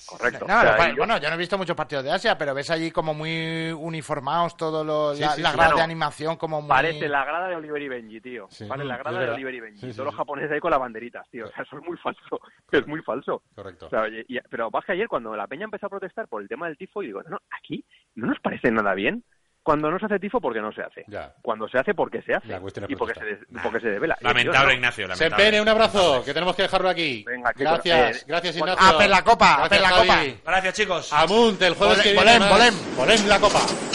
Speaker 5: Correcto.
Speaker 2: No,
Speaker 5: O sea,
Speaker 2: lo pa-
Speaker 5: yo-
Speaker 2: bueno, yo no he visto muchos partidos de Asia, pero ves allí como muy uniformados todos los
Speaker 5: Sí,
Speaker 2: la-
Speaker 5: sí,
Speaker 2: las
Speaker 5: sí,
Speaker 2: gradas
Speaker 5: claro.
Speaker 2: de animación como muy
Speaker 5: Parece la grada de Oliver y Benji, tío. Vale,
Speaker 2: Mm,
Speaker 5: la grada
Speaker 1: es
Speaker 5: de
Speaker 1: verdad.
Speaker 5: Oliver y Benji.
Speaker 1: Sí, sí,
Speaker 5: Todos los
Speaker 1: sí.
Speaker 5: japoneses ahí con las banderitas, tío. O sea, eso es muy falso. *laughs* Es muy falso.
Speaker 1: Correcto.
Speaker 5: O sea, oye, y- pero vas que ayer cuando la peña empezó a protestar por el tema del tifo, y digo, no, aquí no nos parece nada bien. Cuando no se hace tifo, porque no se hace. Cuando se hace, porque se hace. Y porque se, des- porque se devela. Y yo,
Speaker 3: Lamentable,
Speaker 5: no.
Speaker 3: Ignacio,
Speaker 1: Se
Speaker 3: lamentable.
Speaker 1: pene, un abrazo, que tenemos que dejarlo aquí.
Speaker 5: Venga, chicos,
Speaker 1: gracias,
Speaker 5: eh,
Speaker 1: gracias
Speaker 5: bueno,
Speaker 1: Ignacio.
Speaker 2: Apen la copa,
Speaker 1: Gracias,
Speaker 2: apen la copa.
Speaker 1: Javi.
Speaker 3: Gracias, chicos.
Speaker 1: Amunt, el jueves
Speaker 2: Volem,
Speaker 1: que viene.
Speaker 2: volem,
Speaker 1: más.
Speaker 2: volem.
Speaker 1: Volem la copa.